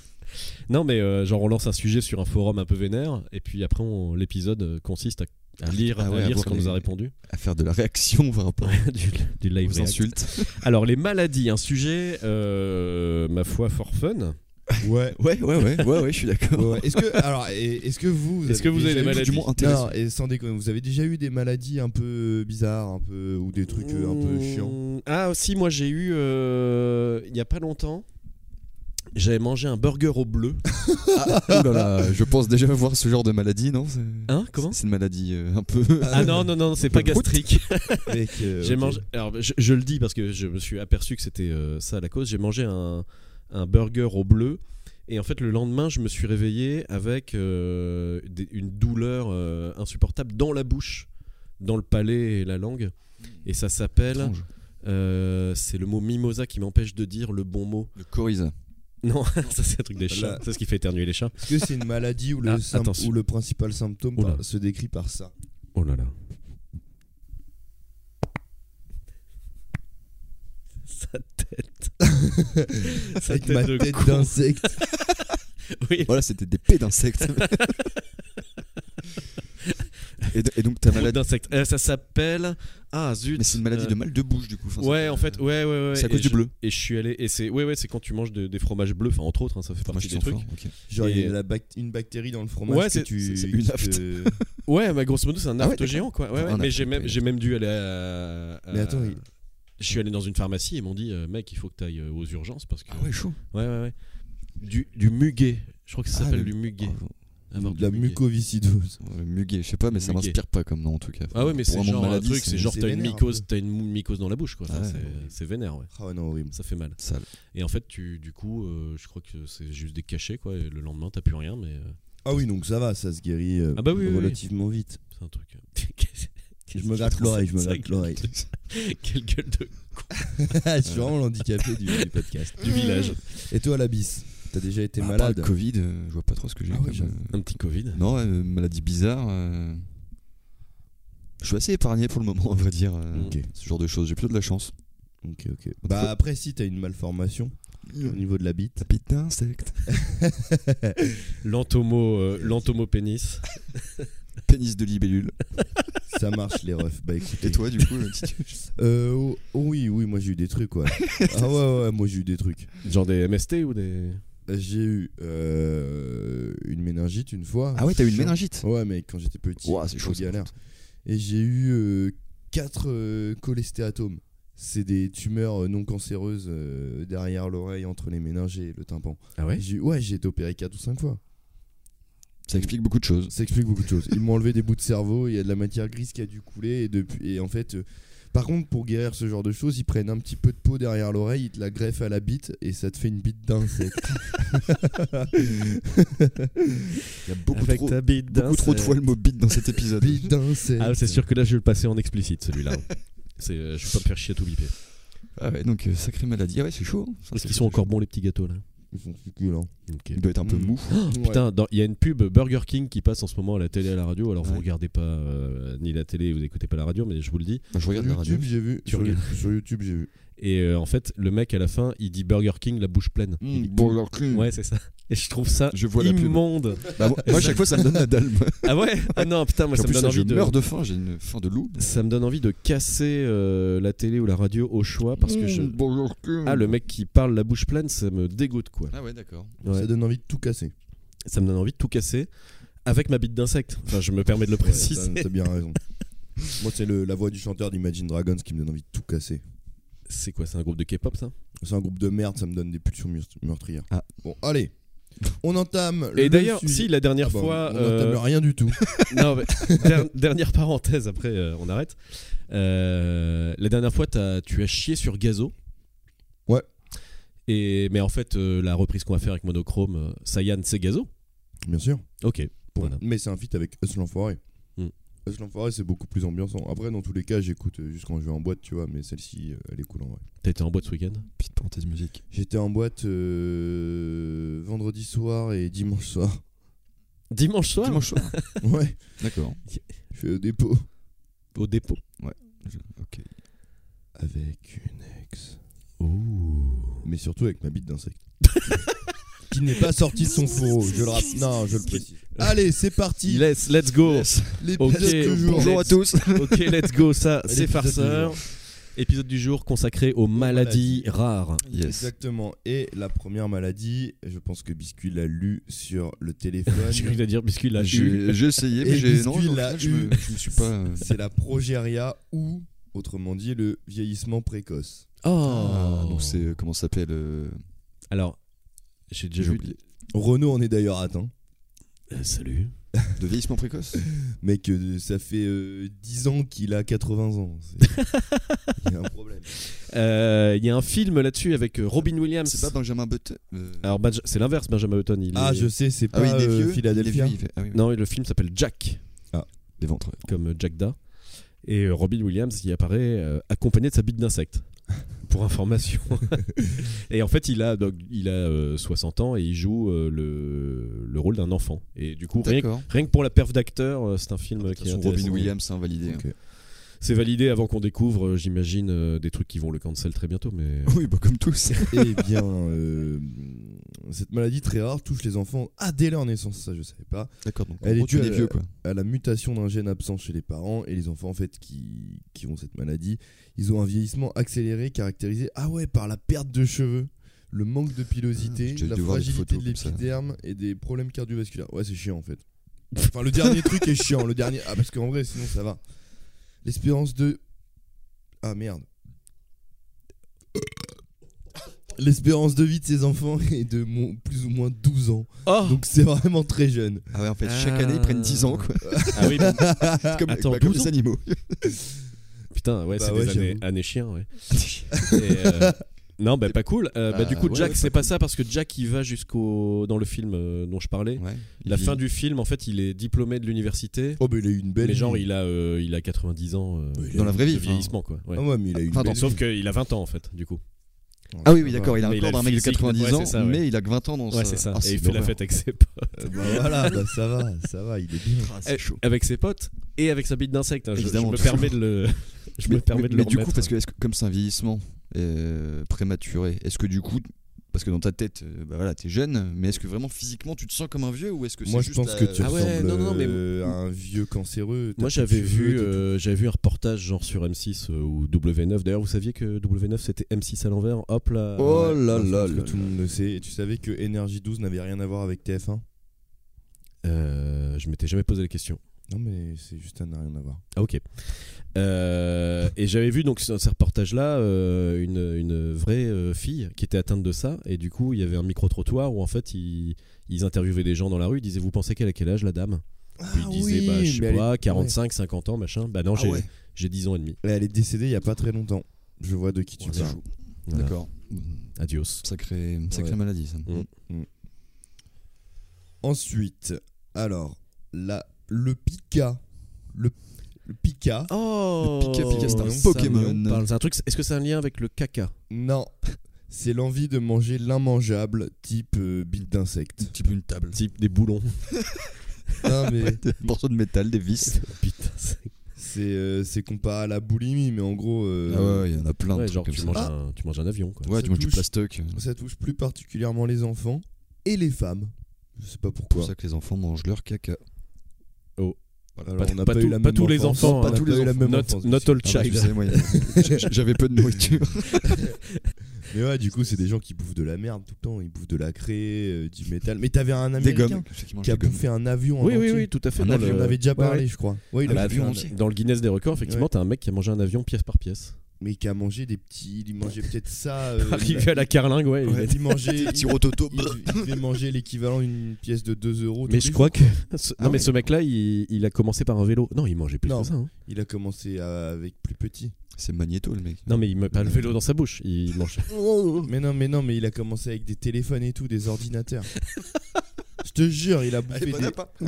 Speaker 5: Non, mais euh, genre on lance un sujet sur un forum un peu vénère, et puis après on- l'épisode euh, consiste à, à lire,
Speaker 6: Ah ouais,
Speaker 5: à
Speaker 6: à
Speaker 5: lire ce
Speaker 6: voir
Speaker 5: qu'on nous a
Speaker 6: les-
Speaker 5: répondu.
Speaker 6: À faire de la réaction par rapport
Speaker 5: du, du live
Speaker 6: aux
Speaker 5: react.
Speaker 6: insultes.
Speaker 5: Alors les maladies, un sujet, euh, ma foi, fort fun.
Speaker 7: *laughs* Ouais.
Speaker 6: Ouais, ouais, ouais, ouais, ouais, je suis d'accord.
Speaker 7: Ouais, ouais. Est-ce que alors et- est-ce que vous,
Speaker 5: Est-ce que vous
Speaker 7: déjà
Speaker 5: avez des
Speaker 7: eu-
Speaker 5: maladies
Speaker 6: Du moins intéressant.
Speaker 7: Non, et sans déconner, vous avez déjà eu des maladies un peu bizarres, un peu ou des trucs euh, un peu chiants.
Speaker 5: Mmh. Ah aussi, moi j'ai eu euh, il y a pas longtemps. J'avais mangé un burger au
Speaker 7: *laughs*
Speaker 5: bleu.
Speaker 6: Ouh bah là là, je pense déjà avoir ce genre de maladie, non C'est-
Speaker 5: Hein Comment
Speaker 6: C'est une maladie euh, un peu.
Speaker 5: Ah non, non, non, c'est pas
Speaker 6: Prout.
Speaker 7: *laughs*
Speaker 5: gastrique.
Speaker 7: Mec, euh,
Speaker 5: Mmh. J'ai
Speaker 7: ok.
Speaker 5: mangé. Alors, je, je le dis parce que je me suis aperçu que c'était euh, ça la cause. J'ai mangé un, un burger au bleu. Et en fait, le lendemain, je me suis réveillé avec euh, des- une douleur euh, insupportable dans la bouche, dans le palais et la langue. Et ça s'appelle.
Speaker 6: Étrange.
Speaker 5: euh, c'est le mot mimosa qui m'empêche de dire le bon mot.
Speaker 6: Le coryza.
Speaker 5: Non, *laughs* ça c'est un truc des chats.
Speaker 7: Là.
Speaker 5: C'est ce qui fait éternuer les chats.
Speaker 7: Est-ce que c'est une maladie où le,
Speaker 5: Ah,
Speaker 7: sym-
Speaker 5: attention.
Speaker 7: où le principal symptôme
Speaker 5: Oula.
Speaker 7: par- se décrit par ça
Speaker 5: Oh là là. Sa tête. *laughs* Sa
Speaker 7: Avec
Speaker 5: tête
Speaker 7: ma
Speaker 5: de
Speaker 7: tête
Speaker 5: con.
Speaker 7: d'insecte.
Speaker 5: Oui.
Speaker 6: Voilà, c'était des pets d'insectes. et, do- et donc ta maladie.
Speaker 5: d'insectes. Euh, ça s'appelle ah zut.
Speaker 6: Mais c'est une maladie
Speaker 5: Euh,
Speaker 6: de mal de bouche du coup. Enfin,
Speaker 5: Ouais,
Speaker 6: c'est-
Speaker 5: en fait, ouais, ouais, ouais.
Speaker 6: euh, c'est à
Speaker 5: Et
Speaker 6: cause du
Speaker 5: je-
Speaker 6: bleu.
Speaker 5: Et je suis allé et c'est ouais ouais, c'est quand tu manges de- des fromages bleus, enfin entre autres, hein, ça fait
Speaker 6: Moi,
Speaker 5: partie
Speaker 6: je
Speaker 5: des
Speaker 6: suis
Speaker 5: trucs.
Speaker 6: fort, ok.
Speaker 7: Genre il y
Speaker 5: Et-
Speaker 7: a la bact- une bactérie dans le fromage
Speaker 5: Ouais,
Speaker 7: que
Speaker 5: c'est-
Speaker 7: tu
Speaker 6: c'est- c'est une
Speaker 7: qui
Speaker 6: afte.
Speaker 5: *laughs*
Speaker 7: te-
Speaker 5: Ouais, mais grosso modo, c'est un
Speaker 6: Ah ouais,
Speaker 5: afte
Speaker 6: d'accord.
Speaker 5: géant quoi. Ouais, ouais.
Speaker 6: Un
Speaker 5: mais
Speaker 6: afte,
Speaker 5: j'ai même
Speaker 6: ok.
Speaker 5: j'ai même dû aller à, à-
Speaker 7: Mais attends, il-
Speaker 5: je suis allé dans une pharmacie et m'ont dit euh, mec, il faut que tu ailles aux urgences parce que
Speaker 6: Ah ouais, chaud.
Speaker 5: ouais ouais, ouais. Du du muguet. Je crois que ça
Speaker 6: Ah,
Speaker 5: s'appelle
Speaker 6: le-
Speaker 5: du muguet. Avoir
Speaker 7: de la
Speaker 5: du muguet.
Speaker 7: mucoviscidose.
Speaker 6: Ouais, Muguet, je sais pas, mais ça
Speaker 5: Muguet.
Speaker 6: m'inspire pas comme nom en tout cas.
Speaker 5: Ah ouais, mais
Speaker 6: Pour
Speaker 5: c'est
Speaker 6: nom de
Speaker 5: genre un
Speaker 6: maladie,
Speaker 5: truc, c'est genre
Speaker 7: c'est
Speaker 5: t'as une
Speaker 7: vénère, un
Speaker 5: mycose,
Speaker 7: peu.
Speaker 5: t'as une mou- mycose dans la bouche quoi. Enfin,
Speaker 6: Ah ouais.
Speaker 5: c'est- c'est vénère ouais.
Speaker 7: Ah ouais, non, horrible.
Speaker 5: Ça fait mal.
Speaker 6: Sale.
Speaker 5: Et en fait, tu, du coup, euh, je crois que c'est juste des cachets, quoi. Et le lendemain, t'as plus rien, mais euh,
Speaker 7: Ah oui, donc ça va, ça se guérit euh,
Speaker 5: Ah bah oui, oui, oui.
Speaker 7: relativement vite.
Speaker 5: c'est un truc. Qu'est-ce-
Speaker 7: Je me gratte l'oreille, je me
Speaker 5: Ça
Speaker 7: gratte l'oreille. *laughs*
Speaker 5: gueule- Quelle gueule *laughs* de
Speaker 7: je suis vraiment l'handicapé du, du podcast.
Speaker 5: du village.
Speaker 7: Et toi, la bis T'as déjà été
Speaker 6: Ah, à part
Speaker 7: malade
Speaker 6: le Covid, euh, je vois pas trop ce que j'ai.
Speaker 7: Ah ouais,
Speaker 6: comme,
Speaker 7: j'avoue.
Speaker 5: *laughs*
Speaker 6: euh,
Speaker 5: Un petit Covid.
Speaker 6: Non, ouais, euh, maladie bizarre. euh, Je suis assez épargné pour le moment, à vrai dire. euh,
Speaker 7: Ok.
Speaker 6: Ce genre de choses, j'ai plutôt de la chance.
Speaker 7: Ok, ok. Bah après, si t'as une malformation au
Speaker 5: Mm.
Speaker 6: euh,
Speaker 7: niveau de la bite.
Speaker 6: Ta bite d'insecte.
Speaker 5: L'entomo, euh, l'entomo pénis.
Speaker 6: *laughs* Pénis de libellule.
Speaker 7: Ça marche les refs. Bah écoutez.
Speaker 6: Et toi, du *laughs* coup, euh, Titus
Speaker 7: Euh, oh, oh oui, oui, moi j'ai eu des trucs,
Speaker 5: *laughs*
Speaker 7: ouais. ah ouais, ouais, moi j'ai eu des trucs.
Speaker 5: Genre des MST ou des.
Speaker 7: J'ai eu euh, une méningite une fois.
Speaker 6: Ah ouais, t'as eu une
Speaker 7: Chiant.
Speaker 6: méningite
Speaker 7: Ouais, mais quand j'étais petit,
Speaker 6: Ouah, c'est
Speaker 7: trop
Speaker 6: chaud, ça.
Speaker 7: galère. Et j'ai eu 4 cholestéatomes. C'est des tumeurs euh, non cancéreuses euh, derrière l'oreille, entre les méninges et le tympan.
Speaker 5: Ah
Speaker 7: J'ai- Ouais, j'ai été opéré 4 ou 5 fois.
Speaker 6: Ça explique beaucoup de choses.
Speaker 7: Ça explique beaucoup de choses. Ils m'ont enlevé des bouts de cerveau, il y a de la matière grise qui a dû couler. Et, depuis, et en fait, euh, par contre, pour guérir ce genre de choses, ils prennent un petit peu de peau derrière l'oreille, ils te la greffent à la bite et ça te fait une bite
Speaker 6: *laughs*
Speaker 7: d'insecte.
Speaker 6: Il y a beaucoup,
Speaker 5: Avec
Speaker 6: trop,
Speaker 5: ta bite
Speaker 6: beaucoup trop de fois le mot bite
Speaker 5: *laughs*
Speaker 6: dans cet épisode.
Speaker 7: bite d'insecte.
Speaker 5: Ah, c'est sûr que là, je vais le passer en explicite, *laughs* celui-là. c'est, euh, je vais pas me faire chier à tout biper.
Speaker 6: Ah ouais, donc euh, sacrée maladie. Ah ouais, c'est chaud. hein. Ça,
Speaker 5: Est-ce
Speaker 6: c'est-
Speaker 5: qu'ils sont encore bons, les petits gâteaux, là
Speaker 7: Ils sont succulents.
Speaker 5: Ok.
Speaker 6: Il doit être un peu
Speaker 7: Mm.
Speaker 6: mou.
Speaker 7: Ouais.
Speaker 5: Putain, dans- il y a une pub Burger King qui passe en ce moment à la télé et à la radio. Alors vous
Speaker 6: Ouais.
Speaker 5: regardez pas euh, ni la télé, vous écoutez pas la radio, mais je vous le dis.
Speaker 6: Bah, je regarde la
Speaker 7: Sur
Speaker 6: radio.
Speaker 7: YouTube, j'ai vu.
Speaker 5: Tu
Speaker 7: Sur,
Speaker 5: regardes.
Speaker 7: sur YouTube, j'ai vu.
Speaker 5: Et euh, en fait, le mec à la fin, il dit Burger King la bouche pleine. Il dit-
Speaker 6: Mm. Burger King.
Speaker 5: Ouais, c'est ça. Et Mmh, je trouve ça
Speaker 6: Je vois la pub.
Speaker 5: immonde.
Speaker 6: Bah, moi, moi, à chaque fois, ça me donne la dalle. moi.
Speaker 5: ah *laughs* ouais Ah non, putain, moi
Speaker 6: En
Speaker 5: ça me
Speaker 6: plus,
Speaker 5: donne
Speaker 6: là, je
Speaker 5: envie de.
Speaker 6: meurs de faim. J'ai une faim de loup.
Speaker 5: Ça me donne envie de casser euh, la télé ou la radio au choix parce que je.
Speaker 6: Mm, Burger King.
Speaker 5: Ah, le mec qui parle la bouche pleine, ça me dégoûte quoi.
Speaker 6: Ah ouais, d'accord.
Speaker 5: Ouais.
Speaker 7: Ça donne envie de tout casser.
Speaker 5: *laughs* Ça me donne envie de tout casser avec ma bite d'insecte. Enfin, je me permets de le
Speaker 7: Ouais,
Speaker 5: préciser.
Speaker 7: t'as t'as bien raison. Moi, c'est le- la voix du chanteur d'Imagine Dragons qui me donne envie de tout casser.
Speaker 5: *laughs* c'est quoi C'est un groupe de K-pop ça
Speaker 7: C'est un groupe de merde, ça me donne des pulsions mur- meurtrières.
Speaker 6: Ah.
Speaker 7: Bon, allez. On entame.
Speaker 5: Et
Speaker 7: le
Speaker 5: d'ailleurs,
Speaker 7: sujet.
Speaker 5: si la dernière
Speaker 7: Ah bah,
Speaker 5: fois.
Speaker 7: On
Speaker 5: euh,
Speaker 7: n'entame rien du tout.
Speaker 5: *laughs* Non, mais der- dernière parenthèse, après euh, on arrête. Euh, la dernière fois, t'as- tu as chié sur Gazo.
Speaker 7: Ouais.
Speaker 5: Et, mais en fait, euh, la reprise qu'on va faire avec Monochrome, euh, Sayan, c'est Gazo.
Speaker 7: Bien sûr.
Speaker 5: Ok.
Speaker 7: Bon,
Speaker 5: Voilà.
Speaker 7: Mais c'est un feat avec Us l'enfoiré.
Speaker 5: Hmm.
Speaker 7: Parce que l'enfoiré, c'est beaucoup plus ambiançant. Après, dans tous les cas, j'écoute euh, juste quand je vais en boîte, tu vois, mais celle-ci, euh, elle est cool en vrai.
Speaker 5: T'étais en boîte ce week-end
Speaker 6: Petite parenthèse musique.
Speaker 7: J'étais en boîte euh, vendredi soir et dimanche soir.
Speaker 5: *laughs* Dimanche soir *laughs*
Speaker 6: Dimanche soir.
Speaker 7: Ouais,
Speaker 6: D'accord.
Speaker 7: je suis au dépôt.
Speaker 5: Au dépôt.
Speaker 7: Avec une ex. Mais surtout avec ma bite d'insecte. *laughs* Qui n'est pas sortie de son fourreau, je le rappelle. Non, je le précise. Allez, c'est parti.
Speaker 5: Let's, let's go
Speaker 7: L'épisode
Speaker 5: Ok,
Speaker 7: du jour.
Speaker 5: bonjour à
Speaker 6: tous.
Speaker 5: *laughs* Ok, let's go, ça, c'est
Speaker 7: L'épisode
Speaker 5: farceur.
Speaker 7: du
Speaker 5: Épisode du jour consacré aux maladies rares.
Speaker 6: Yes.
Speaker 7: Exactement. Et la première maladie, je pense que Biscuit l'a lu sur le *laughs* téléphone.
Speaker 5: J'ai cru que t'allais dire biscuit là.
Speaker 6: J'ai j'ai essayé,
Speaker 7: Et
Speaker 6: mais j'ai.
Speaker 7: Biscuit
Speaker 6: Non, au final,
Speaker 7: l'a
Speaker 6: je
Speaker 7: eu.
Speaker 6: me, je me suis pas. euh,
Speaker 7: c'est la progéria ou, autrement dit, le vieillissement précoce.
Speaker 6: ah,
Speaker 5: Oh
Speaker 6: donc c'est. euh, Comment ça s'appelle euh,
Speaker 5: Alors, j'ai déjà
Speaker 6: J'ai
Speaker 5: vu.
Speaker 6: oublié.
Speaker 7: Renault en est d'ailleurs atteint.
Speaker 5: Euh, salut.
Speaker 6: De
Speaker 5: *laughs*
Speaker 6: vieillissement précoce
Speaker 7: Mec, euh, ça fait euh, 10 ans qu'il a 80 ans. *laughs* C'est- Il y a un problème.
Speaker 5: Euh, Il y a un film là-dessus avec euh, Robin Williams.
Speaker 6: C'est pas Benjamin Button euh,
Speaker 5: Alors, Benj- c'est l'inverse, Benjamin Button. Il
Speaker 7: Ah,
Speaker 5: est-
Speaker 7: je sais, c'est pas
Speaker 6: Ah oui, il est
Speaker 7: euh,
Speaker 6: vieux. Il est
Speaker 7: Philadelphia.
Speaker 6: vieux, il fait- ah oui, oui.
Speaker 5: Non, le film s'appelle Jack,
Speaker 6: Des ventres.
Speaker 5: comme Jack Da. Et euh, Robin Williams y apparaît euh, accompagné de sa bite d'insecte. *laughs* Pour information. *laughs* et en fait, il a, donc, il a euh, 60 ans et il joue euh, le, le rôle d'un enfant. Et du coup, rien que,
Speaker 6: D'accord. Ah,
Speaker 5: rien que pour la perf d'acteur, euh, c'est un film
Speaker 6: De
Speaker 5: euh,
Speaker 6: toute
Speaker 5: qui est
Speaker 6: façon,
Speaker 5: intéressant.
Speaker 6: Robin Williams, c'est invalidé. hein.
Speaker 7: Ok.
Speaker 5: C'est validé avant qu'on découvre, euh, j'imagine, euh, des trucs qui vont le cancel très bientôt. Mais euh,
Speaker 6: Oui, bah comme tous.
Speaker 7: Eh bien, euh, cette maladie très rare touche les enfants ah, dès leur naissance, ça je savais pas.
Speaker 6: *laughs* D'accord, donc
Speaker 7: Elle
Speaker 6: elle
Speaker 7: est
Speaker 6: gros, tu
Speaker 7: due
Speaker 6: es
Speaker 7: à-
Speaker 6: vieux quoi.
Speaker 7: à la mutation d'un gène absent chez les parents et les enfants en fait qui, qui ont cette maladie, ils ont un vieillissement accéléré caractérisé ah ouais par la perte de cheveux, le manque de pilosité,
Speaker 6: Ah, j'ai
Speaker 7: la
Speaker 6: dû voir des
Speaker 7: fragilité
Speaker 6: photos
Speaker 7: de
Speaker 6: comme ça.
Speaker 7: l'épiderme et des problèmes cardiovasculaires. Ouais, c'est chiant en fait. Enfin le dernier truc est chiant, le dernier ah parce qu'en vrai sinon ça va. L'espérance de ah merde. L'espérance de vie de ces enfants est de mon- plus ou moins 12 ans.
Speaker 5: oh
Speaker 6: *laughs*
Speaker 7: Donc c'est vraiment très jeune.
Speaker 6: Ah ouais, en fait, chaque année, ils prennent 10 ans quoi.
Speaker 5: ah oui, bon,
Speaker 6: comme
Speaker 5: Attends,
Speaker 6: bah, comme
Speaker 5: 12
Speaker 6: les animaux.
Speaker 5: putain, ouais,
Speaker 7: Bah
Speaker 5: c'est
Speaker 7: ouais,
Speaker 5: des années,
Speaker 7: j'avoue.
Speaker 5: années chiens,
Speaker 6: *laughs*
Speaker 5: ouais. Et, euh, non, bah pas cool. Euh, bah,
Speaker 6: Ah,
Speaker 5: du coup,
Speaker 6: ouais,
Speaker 5: Jack,
Speaker 6: ouais,
Speaker 5: c'est pas ça parce que Jack, il va jusqu'au dans le film euh, dont je parlais.
Speaker 6: Ouais.
Speaker 5: La
Speaker 6: Il-
Speaker 5: fin du film, en fait, il est diplômé de l'université,
Speaker 7: Oh, mais il a eu une belle.
Speaker 5: mais genre
Speaker 7: vie.
Speaker 5: il a euh, il a 90 ans euh,
Speaker 7: Ouais, il a
Speaker 6: Dans la vraie
Speaker 5: de
Speaker 6: vie. enfin.
Speaker 5: vieillissement quoi. ouais.
Speaker 7: Ah ouais, mais il a eu une
Speaker 6: Enfin,
Speaker 7: belle
Speaker 6: dans-
Speaker 5: Sauf qu'il a 20 ans en fait, du coup.
Speaker 7: vie.
Speaker 6: Ah oui, oui, d'accord, il a
Speaker 5: Mais
Speaker 6: un
Speaker 5: il
Speaker 6: corps
Speaker 5: a
Speaker 6: d'un
Speaker 5: le
Speaker 6: mec de
Speaker 5: physique,
Speaker 6: 90
Speaker 5: ouais,
Speaker 6: ans,
Speaker 5: c'est ça, ouais.
Speaker 6: mais il a que 20 ans dans
Speaker 5: ouais,
Speaker 6: sa-
Speaker 5: c'est ça.
Speaker 6: Ah,
Speaker 5: Et il fait
Speaker 6: l'horreur.
Speaker 5: la fête avec ses potes. *laughs*
Speaker 7: Euh, bah voilà, bah ça va, ça va, il est bien.
Speaker 6: Ah, c'est chaud.
Speaker 5: avec ses potes et avec sa bite d'insecte. hein. Je, je
Speaker 6: Évidemment,
Speaker 5: me
Speaker 6: toujours.
Speaker 5: permets de le. *laughs* Je me
Speaker 6: Mais-
Speaker 5: permets
Speaker 6: mais-
Speaker 5: de
Speaker 6: mais
Speaker 5: le
Speaker 6: du coup,
Speaker 5: remettre.
Speaker 6: parce que, est-ce que- comme c'est un vieillissement euh, prématuré, est-ce que du coup, parce que dans ta tête, euh, bah voilà, t'es jeune, mais est-ce que vraiment physiquement tu te sens comme un vieux ou est-ce que c'est
Speaker 7: Moi je
Speaker 6: juste
Speaker 7: pense
Speaker 6: la-
Speaker 7: que tu
Speaker 5: Ah ouais,
Speaker 7: ressembles
Speaker 5: non, non, mais-
Speaker 7: euh, à un vieux cancéreux.
Speaker 5: Moi
Speaker 7: T'as
Speaker 5: j'avais
Speaker 7: plus de cheveux,
Speaker 5: vu,
Speaker 7: t'es tout-
Speaker 5: euh, j'avais vu un reportage genre sur M6 euh, ou W9. D'ailleurs, vous saviez que W9 c'était M6 à l'envers. Hop là.
Speaker 6: Oh là
Speaker 7: Ouais, je
Speaker 6: là
Speaker 7: pense que
Speaker 6: là.
Speaker 7: Tout le monde le sait. Et tu savais que Energy 12 n'avait rien à voir avec TF1
Speaker 5: Euh, je m'étais jamais posé la question.
Speaker 7: Non, mais c'est juste un n'a rien à voir.
Speaker 5: Ah ok. Euh, et j'avais vu donc dans ces reportages-là euh, une, une vraie euh, fille qui était atteinte de ça et du coup il y avait un micro trottoir où en fait ils, ils interviewaient des gens dans la rue, ils disaient vous pensez qu'elle a quel âge la dame Puis ils disaient bah je sais pas 45, 50 ans machin. Bah non
Speaker 6: Ah
Speaker 5: j'ai
Speaker 6: ouais.
Speaker 5: j'ai 10 ans et demi.
Speaker 7: Elle, elle est décédée il y a pas très longtemps. Je vois de qui tu
Speaker 6: Ouais, c'est
Speaker 7: parles.
Speaker 6: chaud.
Speaker 5: Voilà.
Speaker 6: D'accord.
Speaker 5: Adios.
Speaker 6: Mm. Sacré, sacrée
Speaker 7: Ouais.
Speaker 6: maladie ça.
Speaker 5: Mm.
Speaker 7: Ensuite, alors, la, le Pika. Le, le Pika.
Speaker 5: Oh
Speaker 6: Le Pika Pika, c'est un
Speaker 5: ça
Speaker 6: Pokémon.
Speaker 5: me parle. C'est un truc. Est-ce que c'est un lien avec le caca
Speaker 7: Non, c'est l'envie de manger l'immangeable type euh, bite d'insecte.
Speaker 6: petit peu une table.
Speaker 5: Type des boulons.
Speaker 7: Non,
Speaker 6: *laughs*
Speaker 7: mais
Speaker 6: Des morceaux de métal, des vis.
Speaker 5: *laughs* Putain. c'est-
Speaker 7: c'est euh, c'est comparé à la boulimie, mais en gros, euh,
Speaker 6: Ah ouais, il y en a plein de
Speaker 5: Ouais,
Speaker 6: trucs
Speaker 5: genre
Speaker 6: comme
Speaker 5: tu
Speaker 6: ça.
Speaker 5: manges,
Speaker 6: Ah,
Speaker 5: un, tu manges un avion quoi.
Speaker 6: Ouais,
Speaker 7: Ça
Speaker 6: tu manges du
Speaker 7: touche.
Speaker 6: plastoc. euh,
Speaker 7: ça touche plus particulièrement les enfants et les femmes. Je sais pas
Speaker 6: C'est pour
Speaker 7: pourquoi.
Speaker 6: ça que les enfants mangent leur caca.
Speaker 7: Alors,
Speaker 5: pas-
Speaker 7: on n'a
Speaker 5: pas
Speaker 7: eu
Speaker 5: tout-
Speaker 7: la
Speaker 5: pas
Speaker 7: même
Speaker 5: tous les
Speaker 7: enfance.
Speaker 5: enfants,
Speaker 7: Pas
Speaker 5: hein.
Speaker 7: tous les
Speaker 6: Not-
Speaker 7: enfants.
Speaker 5: not, not all
Speaker 6: Ah bah, tu
Speaker 5: child. *laughs*
Speaker 6: sais, moi, j'- J'avais peu de nourriture.
Speaker 7: Ah, Mais ouais, du coup, c'est des gens qui bouffent de la merde tout le temps. Ils bouffent de la craie, euh, du métal. Mais t'avais un
Speaker 6: Des
Speaker 7: américain
Speaker 6: gommes. Ceux qui mangent
Speaker 7: qui a
Speaker 6: des gommes.
Speaker 7: bouffé un avion. en
Speaker 5: oui, oui,
Speaker 7: entier.
Speaker 5: oui, tout à fait.
Speaker 6: Un
Speaker 5: dans
Speaker 7: On
Speaker 5: le-
Speaker 7: en avait déjà
Speaker 5: Ouais,
Speaker 7: parlé,
Speaker 5: ouais.
Speaker 7: je crois. Ouais, il
Speaker 6: Un
Speaker 7: a
Speaker 6: avion
Speaker 7: bouffé un-
Speaker 6: entier.
Speaker 5: Dans le Guinness des records, effectivement,
Speaker 7: Ouais.
Speaker 5: t'as un mec qui a mangé un avion pièce par *laughs* pièce.
Speaker 7: Mais qui a mangé des petits. Il mangeait
Speaker 5: *laughs*
Speaker 7: peut-être ça. euh,
Speaker 5: Arrivé à la carlingue, ouais. il
Speaker 7: Il,
Speaker 5: est- *laughs*
Speaker 7: il mangeait. il-
Speaker 6: Petit rototo.
Speaker 7: il, il devait manger l'équivalent d'une pièce de 2 euros.
Speaker 5: Mais
Speaker 7: tous
Speaker 5: je
Speaker 7: les
Speaker 5: crois
Speaker 7: jours.
Speaker 5: que. *laughs* ce-
Speaker 6: Ah
Speaker 5: non, mais
Speaker 6: ouais.
Speaker 5: ce mec-là, il, il a commencé par un vélo. Non, il mangeait plus
Speaker 7: Non.
Speaker 5: que ça. hein.
Speaker 7: Il a commencé à- avec plus petit.
Speaker 6: C'est magnéto le mec. *laughs*
Speaker 5: Non, mais il met pas le vélo dans sa bouche. Il mange.
Speaker 7: Mais non, mais non, mais il a commencé avec des téléphones et tout, des ordinateurs. je te jure, il a bouffé.
Speaker 6: Elle est bonne
Speaker 7: des-
Speaker 6: à pas
Speaker 5: *laughs*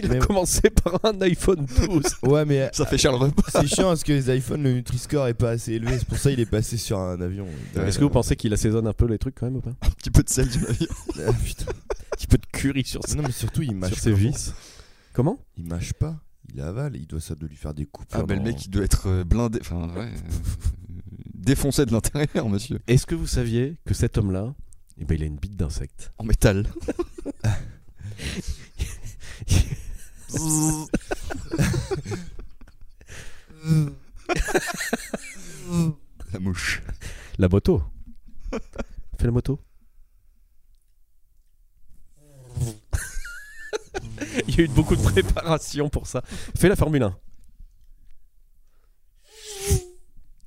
Speaker 5: Il
Speaker 7: Mais-
Speaker 5: a commencé par un iPhone 12.
Speaker 7: Ouais, mais
Speaker 6: Ça fait Charles Repas.
Speaker 7: c'est chiant parce que les iPhones, le Nutri-Score est pas assez élevé. C'est pour ça il est passé sur un avion.
Speaker 5: Est-ce que vous pensez qu'il assaisonne un peu les trucs quand même ou pas
Speaker 6: Un petit peu de sel du navire.
Speaker 7: Ah, putain.
Speaker 5: Un petit peu de curry sur,
Speaker 7: Non, mais surtout, il mâche
Speaker 5: sur ses
Speaker 7: pas.
Speaker 5: vis. Comment
Speaker 7: Il mâche pas. Il avale. Il doit ça de lui faire des coupes.
Speaker 6: Ah, bah le mec, il doit être euh, blindé. Enfin, ouais. euh, *laughs* Défoncé de l'intérieur, monsieur.
Speaker 5: Est-ce que vous saviez que cet homme-là, eh ben, il a une bite *laughs* d'insecte
Speaker 6: En métal. *laughs* La mouche.
Speaker 5: La moto. Fais la moto. il y a eu beaucoup de préparation pour ça. Fais la Formule 1.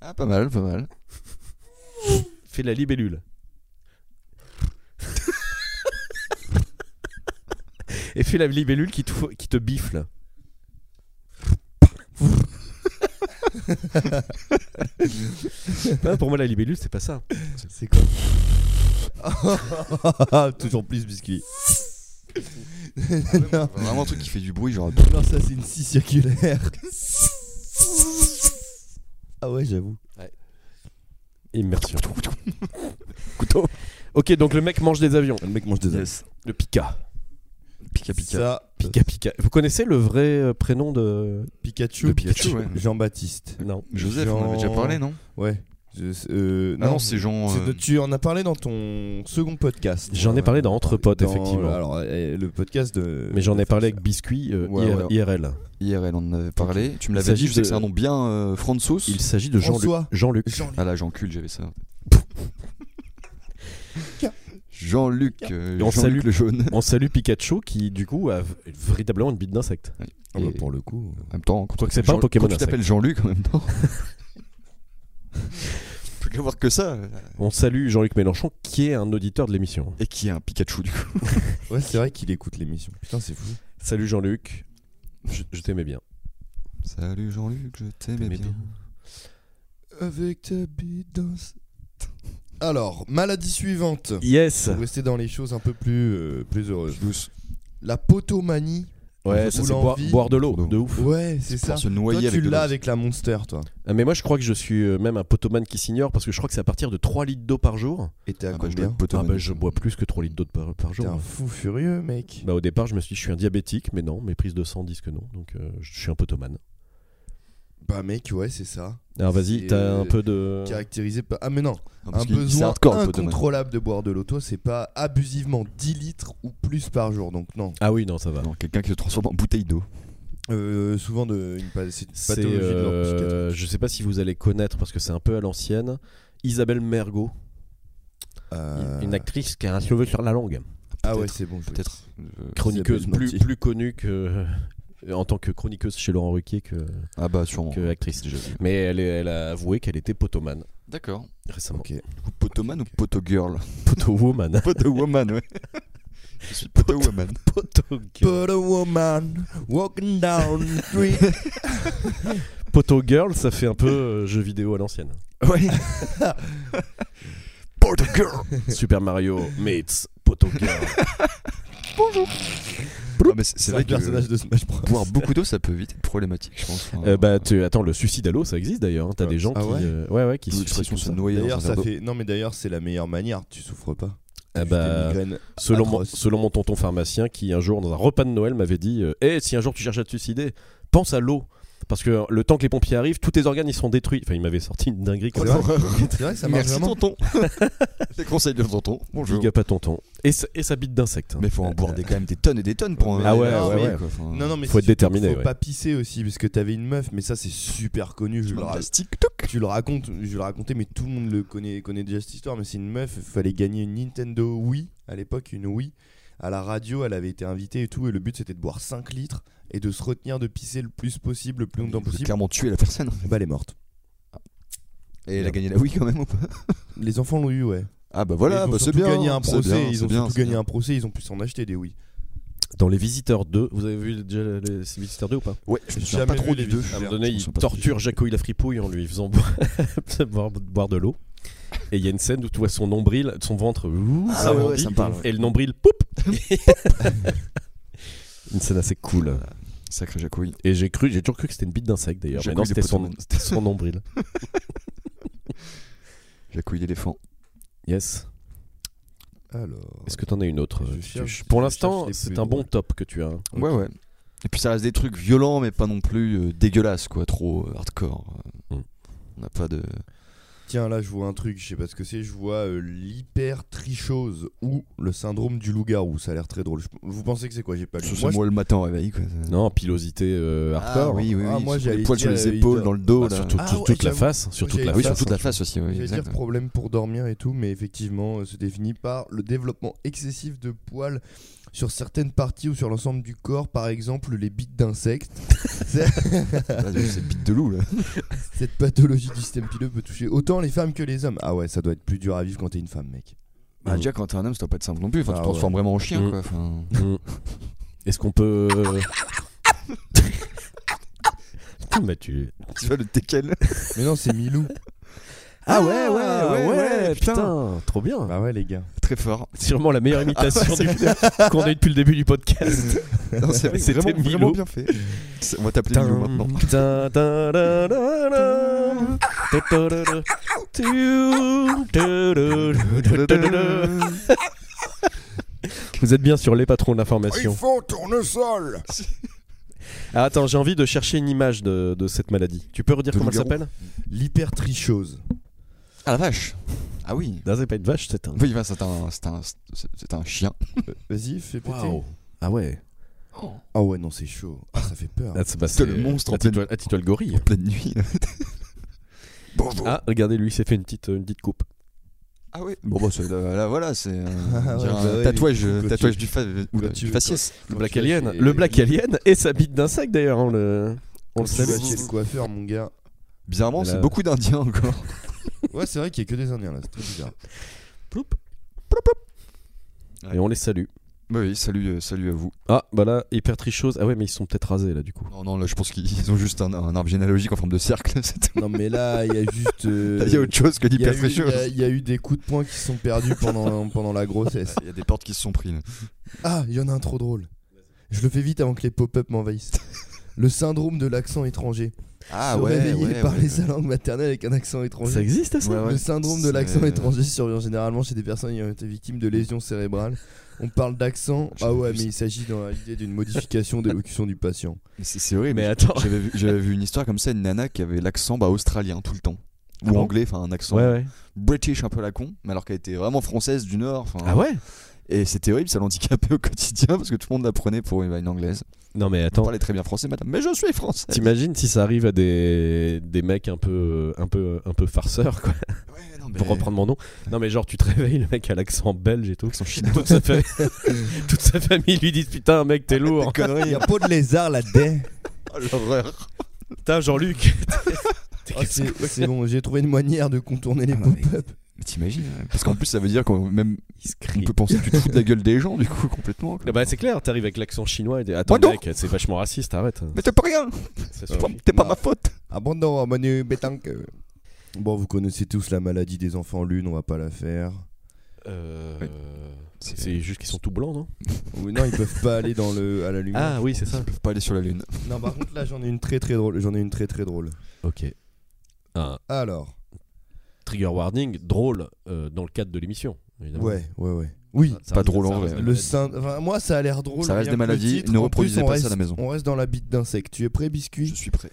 Speaker 6: Ah, pas mal, pas mal.
Speaker 5: Fais la libellule. Et fais la libellule qui te, fo- qui te bifle. Ah, pour moi, la libellule, c'est pas ça.
Speaker 7: C'est quoi *laughs* Toujours plus biscuit. non,
Speaker 6: Vraiment un truc qui fait du bruit, genre.
Speaker 7: non, ça c'est une scie circulaire. ah ouais, j'avoue.
Speaker 5: Immersion. *laughs* Couteau. Ok, donc le mec mange des avions.
Speaker 7: Le mec mange des
Speaker 6: Yes.
Speaker 5: Le Pika.
Speaker 6: Pika pika.
Speaker 7: Ça,
Speaker 5: Pika Pika. Vous connaissez le vrai euh, prénom de.
Speaker 7: Pikachu,
Speaker 6: Le Pikachu, ouais.
Speaker 7: Jean-Baptiste.
Speaker 5: Non.
Speaker 6: Joseph,
Speaker 7: Jean-
Speaker 6: on en avait déjà parlé, non
Speaker 7: Ouais. Je- euh,
Speaker 6: Ah non, c'est Jean.
Speaker 7: C'est
Speaker 6: euh,
Speaker 7: de- tu en as parlé dans ton second podcast.
Speaker 5: J'en ai parlé dans Entre Potes,
Speaker 7: Euh, Dans-
Speaker 5: effectivement.
Speaker 7: Alors, euh, le podcast de.
Speaker 5: Mais j'en ai parlé avec Biscuit euh,
Speaker 6: Ouais,
Speaker 5: IR-
Speaker 6: ouais, ouais.
Speaker 5: IRL.
Speaker 6: IRL, on en avait parlé. Tu me
Speaker 5: Il
Speaker 6: l'avais dit,
Speaker 5: s'agit
Speaker 6: je sais
Speaker 5: de-
Speaker 6: que c'est un nom bien euh, Franzos.
Speaker 5: Il s'agit de Jean-Luc.
Speaker 7: François.
Speaker 5: Jean-Luc.
Speaker 7: Jean-Luc.
Speaker 6: Ah là, Jean-Cul,
Speaker 5: *laughs*
Speaker 6: j'avais ça. Jean-Luc. euh,
Speaker 5: Et on
Speaker 6: Jean-Luc
Speaker 5: salue-
Speaker 6: le jaune.
Speaker 5: On salue Pikachu qui, du coup, a v- véritablement une bite d'insecte.
Speaker 7: Ah bah,
Speaker 6: Et-
Speaker 7: pour le coup.
Speaker 6: En même temps, quand
Speaker 5: Quoi
Speaker 6: tu
Speaker 5: que c'est
Speaker 6: t'appelles
Speaker 5: pas un
Speaker 6: Jean-
Speaker 5: Pokémon
Speaker 6: Quand tu
Speaker 5: insecte.
Speaker 6: t'appelles Jean-Luc en même
Speaker 5: *laughs*
Speaker 6: temps. Tu peux qu'avoir que ça. euh,
Speaker 5: On salue Jean-Luc Mélenchon qui est un auditeur de l'émission.
Speaker 6: Et qui est un Pikachu du coup.
Speaker 7: Ouais, c'est vrai qu'il écoute l'émission. Putain, c'est fou.
Speaker 5: Salut Jean-Luc. Je, je t'aimais bien.
Speaker 6: Salut Jean-Luc, je t'aimais
Speaker 5: T'aimais
Speaker 6: bien.
Speaker 5: bien.
Speaker 7: Avec ta bite dans ce- Alors, maladie suivante.
Speaker 5: Yes.
Speaker 7: Pour rester dans les choses un peu plus, euh, plus heureuses.
Speaker 6: Douce.
Speaker 7: La potomanie.
Speaker 5: Ouais,
Speaker 7: Ou
Speaker 5: ça c'est boire,
Speaker 7: l'envie.
Speaker 5: boire de l'eau.
Speaker 6: Pour de-
Speaker 5: De ouf.
Speaker 7: Ouais, c'est ça.
Speaker 6: Pour se
Speaker 7: Toi,
Speaker 6: noyer
Speaker 7: tu
Speaker 6: avec de
Speaker 7: l'as
Speaker 6: l'eau.
Speaker 7: avec la Monster, toi.
Speaker 5: Ah, Mais moi, je crois que je suis euh, même un potomane qui s'ignore parce que je crois que c'est à partir de 3 litres d'eau par jour.
Speaker 7: Et t'es
Speaker 6: Ah
Speaker 7: à
Speaker 6: bah, je dois
Speaker 7: combien
Speaker 6: être potomane.
Speaker 5: Ah bah, je bois plus que 3 litres d'eau par, par
Speaker 7: T'es
Speaker 5: jour.
Speaker 7: un fou furieux, mec.
Speaker 5: Bah, au départ, je me suis dit, je suis un diabétique, mais non, mes prises de sang disent que non, donc euh, je suis un potomane.
Speaker 7: Bah, mec, ouais, c'est ça.
Speaker 5: Alors
Speaker 7: C'est,
Speaker 5: vas-y, t'as
Speaker 7: euh,
Speaker 5: un peu de.
Speaker 7: Caractérisé par. Ah, mais non.
Speaker 6: Ah, parce
Speaker 7: Un
Speaker 6: qu'il- c'est
Speaker 7: besoin
Speaker 6: hardcore, le potomane.
Speaker 7: incontrôlable de boire de l'eau. Toi, c'est pas abusivement 10 litres ou plus par jour, donc non.
Speaker 5: Ah oui, non, ça va.
Speaker 6: Non, Quelqu'un qui se transforme en bouteille d'eau.
Speaker 7: Euh, souvent, de, une, pa- c'est une
Speaker 5: C'est,
Speaker 7: pathologie de l'ordre
Speaker 5: euh,
Speaker 7: psychiatrique.
Speaker 5: je sais pas si vous allez connaître parce que c'est un peu à l'ancienne. Isabelle Mergot,
Speaker 7: Euh,
Speaker 5: une actrice qui a un cheveu sur la langue,
Speaker 7: Ah, ouais, c'est bon. je-
Speaker 6: Peut-être. Euh,
Speaker 5: chroniqueuse
Speaker 7: Isabelle
Speaker 5: plus,
Speaker 7: Mergot.
Speaker 5: plus connue que euh, en tant que chroniqueuse chez Laurent Ruquier que,
Speaker 6: Ah bah sûrement.
Speaker 5: que actrice.
Speaker 6: Déjà.
Speaker 5: Mais elle, est- elle a avoué qu'elle était potomane
Speaker 6: D'accord.
Speaker 5: récemment.
Speaker 7: Ok.
Speaker 6: Du coup, potoman ou potogirl *laughs*
Speaker 5: Potowoman.
Speaker 6: Potowoman, ouais. Je suis potowoman.
Speaker 5: Potogirl.
Speaker 7: Put a woman
Speaker 6: *laughs*
Speaker 7: walking down the street.
Speaker 5: Potogirl, ça fait un peu euh, jeu vidéo à l'ancienne.
Speaker 6: *laughs* *laughs* Ouais. Potogirl.
Speaker 5: Super Mario meets Potogirl.
Speaker 6: Non, mais c'est c'est
Speaker 7: C'est
Speaker 6: vrai
Speaker 7: un
Speaker 6: que
Speaker 7: personnage de Smash Bros.
Speaker 6: boire beaucoup d'eau, ça peut vite être problématique, je pense.
Speaker 5: Euh, bah, tu- attends, le suicide à l'eau, ça existe d'ailleurs. hein. T'as
Speaker 7: Ah,
Speaker 5: des gens
Speaker 7: ah
Speaker 5: qui,
Speaker 7: ouais
Speaker 5: euh, ouais, ouais, qui suicident
Speaker 6: l'expression
Speaker 5: comme
Speaker 6: se
Speaker 5: ça.
Speaker 6: noyer
Speaker 7: D'ailleurs,
Speaker 6: dans un
Speaker 7: ça
Speaker 6: verre d'eau.
Speaker 7: fait. Non, mais d'ailleurs, c'est la meilleure manière. Tu souffres pas.
Speaker 5: Ah
Speaker 7: Tu fais
Speaker 5: bah,
Speaker 7: des migraines
Speaker 5: selon, mon,
Speaker 7: atroce.
Speaker 5: selon mon tonton pharmacien qui un jour dans un repas de Noël m'avait dit euh, Eh, si un jour tu cherches à te suicider, pense à l'eau parce que le temps que les pompiers arrivent, tous tes organes ils sont détruits. Enfin, il m'avait sorti une dinguerie
Speaker 7: C'est
Speaker 5: comme ça.
Speaker 7: vrai, *laughs* c'est vrai que ça marche
Speaker 6: Merci *laughs*
Speaker 7: vraiment.
Speaker 6: tonton. Les conseils de tonton. Bonjour.
Speaker 5: Big up à tonton. Et, sa- et sa bite d'insecte. hein.
Speaker 6: Mais faut en boire des, quand même des tonnes et des tonnes pour un
Speaker 5: Ah ouais,
Speaker 6: verre
Speaker 7: ouais,
Speaker 6: d'eau,
Speaker 7: ouais.
Speaker 6: quoi. Enfin,
Speaker 7: Non, non, mais
Speaker 5: Faut
Speaker 7: c'est
Speaker 5: être
Speaker 7: surtout
Speaker 5: déterminé,
Speaker 7: qu'il Faut
Speaker 5: ouais.
Speaker 7: pas pisser aussi, parce que t'avais une meuf, mais ça c'est super connu. Je
Speaker 6: un
Speaker 7: le, ra-
Speaker 6: plastique. toc.
Speaker 7: tu le racontes, je le racontais, mais tout le monde le connaît, connaît déjà cette histoire. Mais c'est une meuf, fallait gagner une Nintendo Wii à l'époque, une Wii à la radio. Elle avait été invitée et tout, et le but c'était de boire 5 litres et de se retenir de pisser le plus possible, le plus longtemps
Speaker 6: Vous avez
Speaker 7: possible.
Speaker 6: clairement tué la personne.
Speaker 7: Bah, elle est morte.
Speaker 6: Et elle a gagné la oui quand même ou pas
Speaker 7: Les enfants l'ont eu, ouais.
Speaker 6: Ah bah
Speaker 7: Et
Speaker 6: voilà,
Speaker 7: ils ont
Speaker 6: bah c'est
Speaker 7: surtout
Speaker 6: bien.
Speaker 7: gagné un
Speaker 6: c'est
Speaker 7: procès,
Speaker 6: bien,
Speaker 7: ils
Speaker 6: c'est
Speaker 7: ont
Speaker 6: bien,
Speaker 7: surtout
Speaker 6: c'est
Speaker 7: gagné
Speaker 6: bien.
Speaker 7: un procès, ils ont pu s'en acheter des Wii.
Speaker 5: Dans les visiteurs 2, vous avez vu déjà les, les visiteurs 2 ou pas
Speaker 6: Ouais, je me souviens
Speaker 7: Jamais
Speaker 6: pas
Speaker 7: vu
Speaker 6: trop
Speaker 7: les
Speaker 6: du deux.
Speaker 7: visiteurs.
Speaker 5: À un moment donné,
Speaker 6: Je me
Speaker 5: il
Speaker 6: souviens pas trop du
Speaker 5: *laughs* torture Jacouille la fripouille en lui faisant boire, boire- boire de l'eau. Et il y a une scène où tu vois son nombril, son ventre, ouh,
Speaker 6: Ah
Speaker 5: ça
Speaker 6: ouais, ouais,
Speaker 5: grandit,
Speaker 6: ça me parle, ouais.
Speaker 5: et le nombril, poup *laughs* Une scène assez cool.
Speaker 6: Sacré Jacouille.
Speaker 5: Et j'ai cru, j'ai toujours cru que c'était une bite d'insecte d'ailleurs. Mais
Speaker 6: Jacouille
Speaker 5: non,
Speaker 6: de
Speaker 5: c'était son,
Speaker 6: Potomane.
Speaker 5: c'était *laughs* son nombril.
Speaker 6: Jacouille d'éléphant.
Speaker 5: Yes.
Speaker 7: Alors.
Speaker 5: Est-ce que t'en as une autre
Speaker 7: Je
Speaker 5: euh,
Speaker 7: cherche-
Speaker 5: Tuche Pour
Speaker 7: je
Speaker 5: l'instant,
Speaker 7: cherche les
Speaker 5: c'est
Speaker 7: plus
Speaker 5: un bon
Speaker 7: drôles.
Speaker 5: top que tu as. hein.
Speaker 6: Ouais, ouais. Et puis ça reste des trucs violents, mais pas non plus euh, dégueulasses, quoi, trop euh, hardcore. Euh,
Speaker 5: Mm.
Speaker 6: On n'a pas de.
Speaker 7: Tiens, là, je vois un truc, je sais pas ce que c'est, je vois euh, l'hypertrichose ou le syndrome du loup-garou. Ça a l'air très drôle. Je- Vous pensez que c'est quoi J'ai pas lu.
Speaker 6: C'est
Speaker 7: Moi,
Speaker 6: moi, le matin au réveil, quoi.
Speaker 5: Non, pilosité euh,
Speaker 7: Ah,
Speaker 5: hardcore.
Speaker 6: oui, oui,
Speaker 7: Ah,
Speaker 6: oui.
Speaker 7: moi,
Speaker 6: sur les
Speaker 7: j'allais
Speaker 6: poils sur
Speaker 7: dire,
Speaker 6: les
Speaker 7: euh,
Speaker 6: épaules,
Speaker 7: il-
Speaker 6: dans le dos,
Speaker 5: Bah,
Speaker 6: là. Ah
Speaker 5: surtout
Speaker 7: Ah
Speaker 5: toute,
Speaker 7: ouais,
Speaker 5: toute la
Speaker 7: j'avoue.
Speaker 5: face, sur toute
Speaker 7: J'ai
Speaker 5: la
Speaker 7: une
Speaker 6: oui,
Speaker 5: face.
Speaker 6: sur
Speaker 7: face, hein.
Speaker 6: toute la face aussi, oui.
Speaker 7: J'allais dire
Speaker 6: exact.
Speaker 7: problème pour dormir et tout, mais effectivement, euh, se définit par le développement excessif de poils sur certaines parties ou sur l'ensemble du corps, par exemple les bites d'insectes.
Speaker 6: Ah, C'est bite de loup, là.
Speaker 7: Cette pathologie du système pileux peut toucher autant les femmes que les hommes. Ah ouais, ça doit être plus dur à vivre quand t'es une femme, mec.
Speaker 6: Bah, déjà, quand t'es un homme, ça doit pas être simple non plus. Enfin, tu
Speaker 7: Ah,
Speaker 6: te transformes vraiment en chien,
Speaker 5: Mm.
Speaker 6: quoi. Enfin,
Speaker 7: *laughs*
Speaker 5: Mm. Est-ce qu'on peut. euh, *laughs* Putain, bah tu.
Speaker 6: tu vois le teckel.
Speaker 7: Mais non, c'est Milou.
Speaker 6: Ah ouais, ouais, ouais, ouais,
Speaker 5: putain,
Speaker 6: putain.
Speaker 5: trop bien. Ah
Speaker 7: bah ouais, les gars.
Speaker 6: *laughs* Très fort. Ah,
Speaker 5: Sûrement la meilleure
Speaker 6: *laughs*
Speaker 5: imitation du- qu'on a eu depuis le début du *laughs* podcast.
Speaker 6: Non, C'est
Speaker 5: C'était
Speaker 6: vraiment,
Speaker 5: Milo.
Speaker 6: vraiment bien fait. C'est- On va t'appeler Milou maintenant.
Speaker 5: Tin, tin, da, da, da. Ta, ta, da, da. Tiu, ta, da, da, da, da, da. Vous êtes bien sur les patrons de l'information.
Speaker 7: faut tournesol
Speaker 5: Ah, attends, j'ai envie de chercher une image de, de cette maladie. Tu peux redire
Speaker 6: De
Speaker 5: comment elle
Speaker 6: loup-garou.
Speaker 5: s'appelle
Speaker 7: L'hypertrichose.
Speaker 6: *laughs* Ah la vache. Ah oui.
Speaker 5: Non, c'est pas une vache, c'est un.
Speaker 6: Oui, bah, c'est un, c'est un, c'est un chien.
Speaker 7: Vas-y, fais péter.
Speaker 5: Waouh. Ah ouais.
Speaker 7: Ah ouais, non, c'est chaud. Ah, ça fait *laughs* peur.
Speaker 5: Là, c'est bah,
Speaker 6: C'était
Speaker 5: c'est-
Speaker 6: le monstre en
Speaker 5: Attends-toi-
Speaker 6: pleine-
Speaker 5: attends-toi le gorille.
Speaker 6: En pleine nuit. *laughs* là. Bonjour.
Speaker 5: Ah, regardez, lui, il s'est fait une petite, une petite coupe.
Speaker 6: Ah oui. Bon bah c'est- là, là, voilà, c'est euh,
Speaker 7: Ah ouais,
Speaker 6: dire
Speaker 7: bah
Speaker 6: un
Speaker 7: ouais,
Speaker 6: tatouage,
Speaker 7: les-
Speaker 6: euh,
Speaker 7: quand
Speaker 6: tatouage
Speaker 7: tu-
Speaker 6: du, fa... ou
Speaker 7: quand
Speaker 6: du
Speaker 7: tu-
Speaker 6: faciès.
Speaker 7: Quand
Speaker 5: Le Black
Speaker 7: tu vas
Speaker 5: Alien.
Speaker 7: chez-
Speaker 5: Le Black Alien et sa bite d'insecte, d'ailleurs. On le, on
Speaker 7: Quand
Speaker 5: le
Speaker 7: tu vas
Speaker 5: salue.
Speaker 7: chez le coiffeur, mon gars.
Speaker 6: Bizarrement,
Speaker 5: Là.
Speaker 6: c'est beaucoup d'indiens encore. *laughs*
Speaker 7: Ouais, c'est vrai qu'il y a que des Indiens là, c'est très bizarre.
Speaker 5: Ploup. Et on les salue.
Speaker 6: Bah oui, salut, euh, salut à vous.
Speaker 5: Ah, bah là, hyper trichose. Ah ouais, mais ils sont peut-être rasés, là, du coup.
Speaker 6: Non, non, là je pense qu'ils ont juste un, un arbre généalogique en forme de cercle. *laughs* c'est tout.
Speaker 7: Non, mais là, il y a juste. euh,
Speaker 6: Là, Ah, Il y a autre chose que
Speaker 7: il y a eu-
Speaker 6: l'hypertrichose.
Speaker 7: il y a- Il y, a eu des coups de poing qui se sont perdus pendant, pendant la grossesse.
Speaker 6: Il y a des portes qui se sont prises. là.
Speaker 7: Ah, il y en a un trop drôle. Je le fais vite avant que les pop-up m'envahissent. Le syndrome de l'accent étranger.
Speaker 6: Ah
Speaker 7: se
Speaker 6: ouais,
Speaker 7: réveiller
Speaker 6: ouais,
Speaker 7: par
Speaker 6: ouais.
Speaker 7: les langues maternelles avec un accent étranger.
Speaker 5: Ça existe, ça
Speaker 6: Ouais, ouais.
Speaker 7: Le syndrome de
Speaker 6: C'est-
Speaker 7: l'accent étranger survient généralement chez des personnes ayant été victimes de lésions cérébrales. On parle d'accent,
Speaker 6: Je
Speaker 7: ah
Speaker 6: sais
Speaker 7: ouais,
Speaker 6: plus.
Speaker 7: mais il s'agit dans l'idée d'une modification de l'élocution du patient.
Speaker 6: Mais euh, C'est c'est horrible.
Speaker 5: Mais attends.
Speaker 6: *laughs* J'avais vu, j'avais vu une histoire comme ça, une nana qui avait l'accent bah, australien tout le temps. Ou
Speaker 5: Ah bon
Speaker 6: anglais, enfin un
Speaker 5: *laughs*
Speaker 6: accent
Speaker 5: Ouais, ouais.
Speaker 6: british un peu à la con, mais alors qu'elle était vraiment française du Nord. enfin,
Speaker 5: Ah ouais
Speaker 6: Et c'était horrible, ça l'handicapait au quotidien parce que tout le monde la prenait pour une, une anglaise.
Speaker 5: Non, mais
Speaker 6: Vous
Speaker 5: attends.
Speaker 6: parlez très bien français, madame, mais je suis français.
Speaker 5: T'imagines si ça arrive à des, des mecs un peu, un peu, un peu farceurs, quoi, *laughs*
Speaker 6: Ouais, non, mais-
Speaker 5: pour reprendre mon nom. Non, mais genre, tu te réveilles, le mec a l'accent belge et tout.
Speaker 6: Son chinois.
Speaker 5: Toute sa, fa- Toute sa famille *laughs* lui dit Putain, mec, *laughs* t'es lourd.
Speaker 7: Il y a pas de lézard là-dedans. *laughs*
Speaker 6: Oh, l'horreur.
Speaker 5: Putain, *laughs* Jean-Luc. T'es-
Speaker 7: Ah, c'est Ah, c'est bon, j'ai trouvé une manière de contourner les pop-up.
Speaker 6: Mais t'imagines hein, Parce qu'en plus, ça veut dire qu'on même,
Speaker 5: Il se
Speaker 6: on
Speaker 5: crie.
Speaker 6: peut penser que tu te fous de la gueule des gens, du coup, complètement. *laughs* quoi.
Speaker 5: Ah bah, c'est clair, t'arrives avec l'accent chinois et dis, Attends,
Speaker 6: non.
Speaker 5: mec, c'est vachement raciste,
Speaker 6: *laughs*
Speaker 5: arrête.
Speaker 6: Mais t'es pas rien
Speaker 5: Ça
Speaker 6: T'es pas-
Speaker 5: suffit.
Speaker 6: T'es pas
Speaker 7: Non.
Speaker 6: ma faute
Speaker 7: Abandon, Ah, Manu Bétanque. Bon, vous connaissez tous la maladie des enfants lune, on va pas la faire.
Speaker 5: Euh,
Speaker 6: Oui.
Speaker 5: C'est juste qu'ils sont tout blancs, non
Speaker 7: Ou non, ils peuvent pas aller dans le, à la
Speaker 6: Ah
Speaker 7: lumière.
Speaker 5: oui, c'est ça.
Speaker 6: Ils peuvent pas aller sur la lune.
Speaker 7: Non, par contre, là, j'en ai une très très drôle. J'en ai une très très drôle.
Speaker 5: Ok. Un
Speaker 7: Alors,
Speaker 5: trigger warning drôle euh, dans le cadre de l'émission. évidemment.
Speaker 7: ouais, ouais, ouais. Oui,
Speaker 5: Ça- ça
Speaker 6: Pas
Speaker 5: reste-
Speaker 6: drôle
Speaker 5: ça
Speaker 6: en
Speaker 5: reste la
Speaker 6: vrai.
Speaker 7: Le
Speaker 5: maladie.
Speaker 7: sein- enfin, moi, ça a l'air drôle.
Speaker 6: Euh, Ça reste des
Speaker 7: rien que le
Speaker 6: maladies,
Speaker 7: titre.
Speaker 6: ne
Speaker 7: En plus,
Speaker 6: reproduisez
Speaker 7: on
Speaker 6: pas ça à
Speaker 7: reste-
Speaker 6: la maison.
Speaker 7: On reste dans la bite d'insecte. Tu es prêt,
Speaker 6: Je
Speaker 7: biscuit
Speaker 6: suis prêt.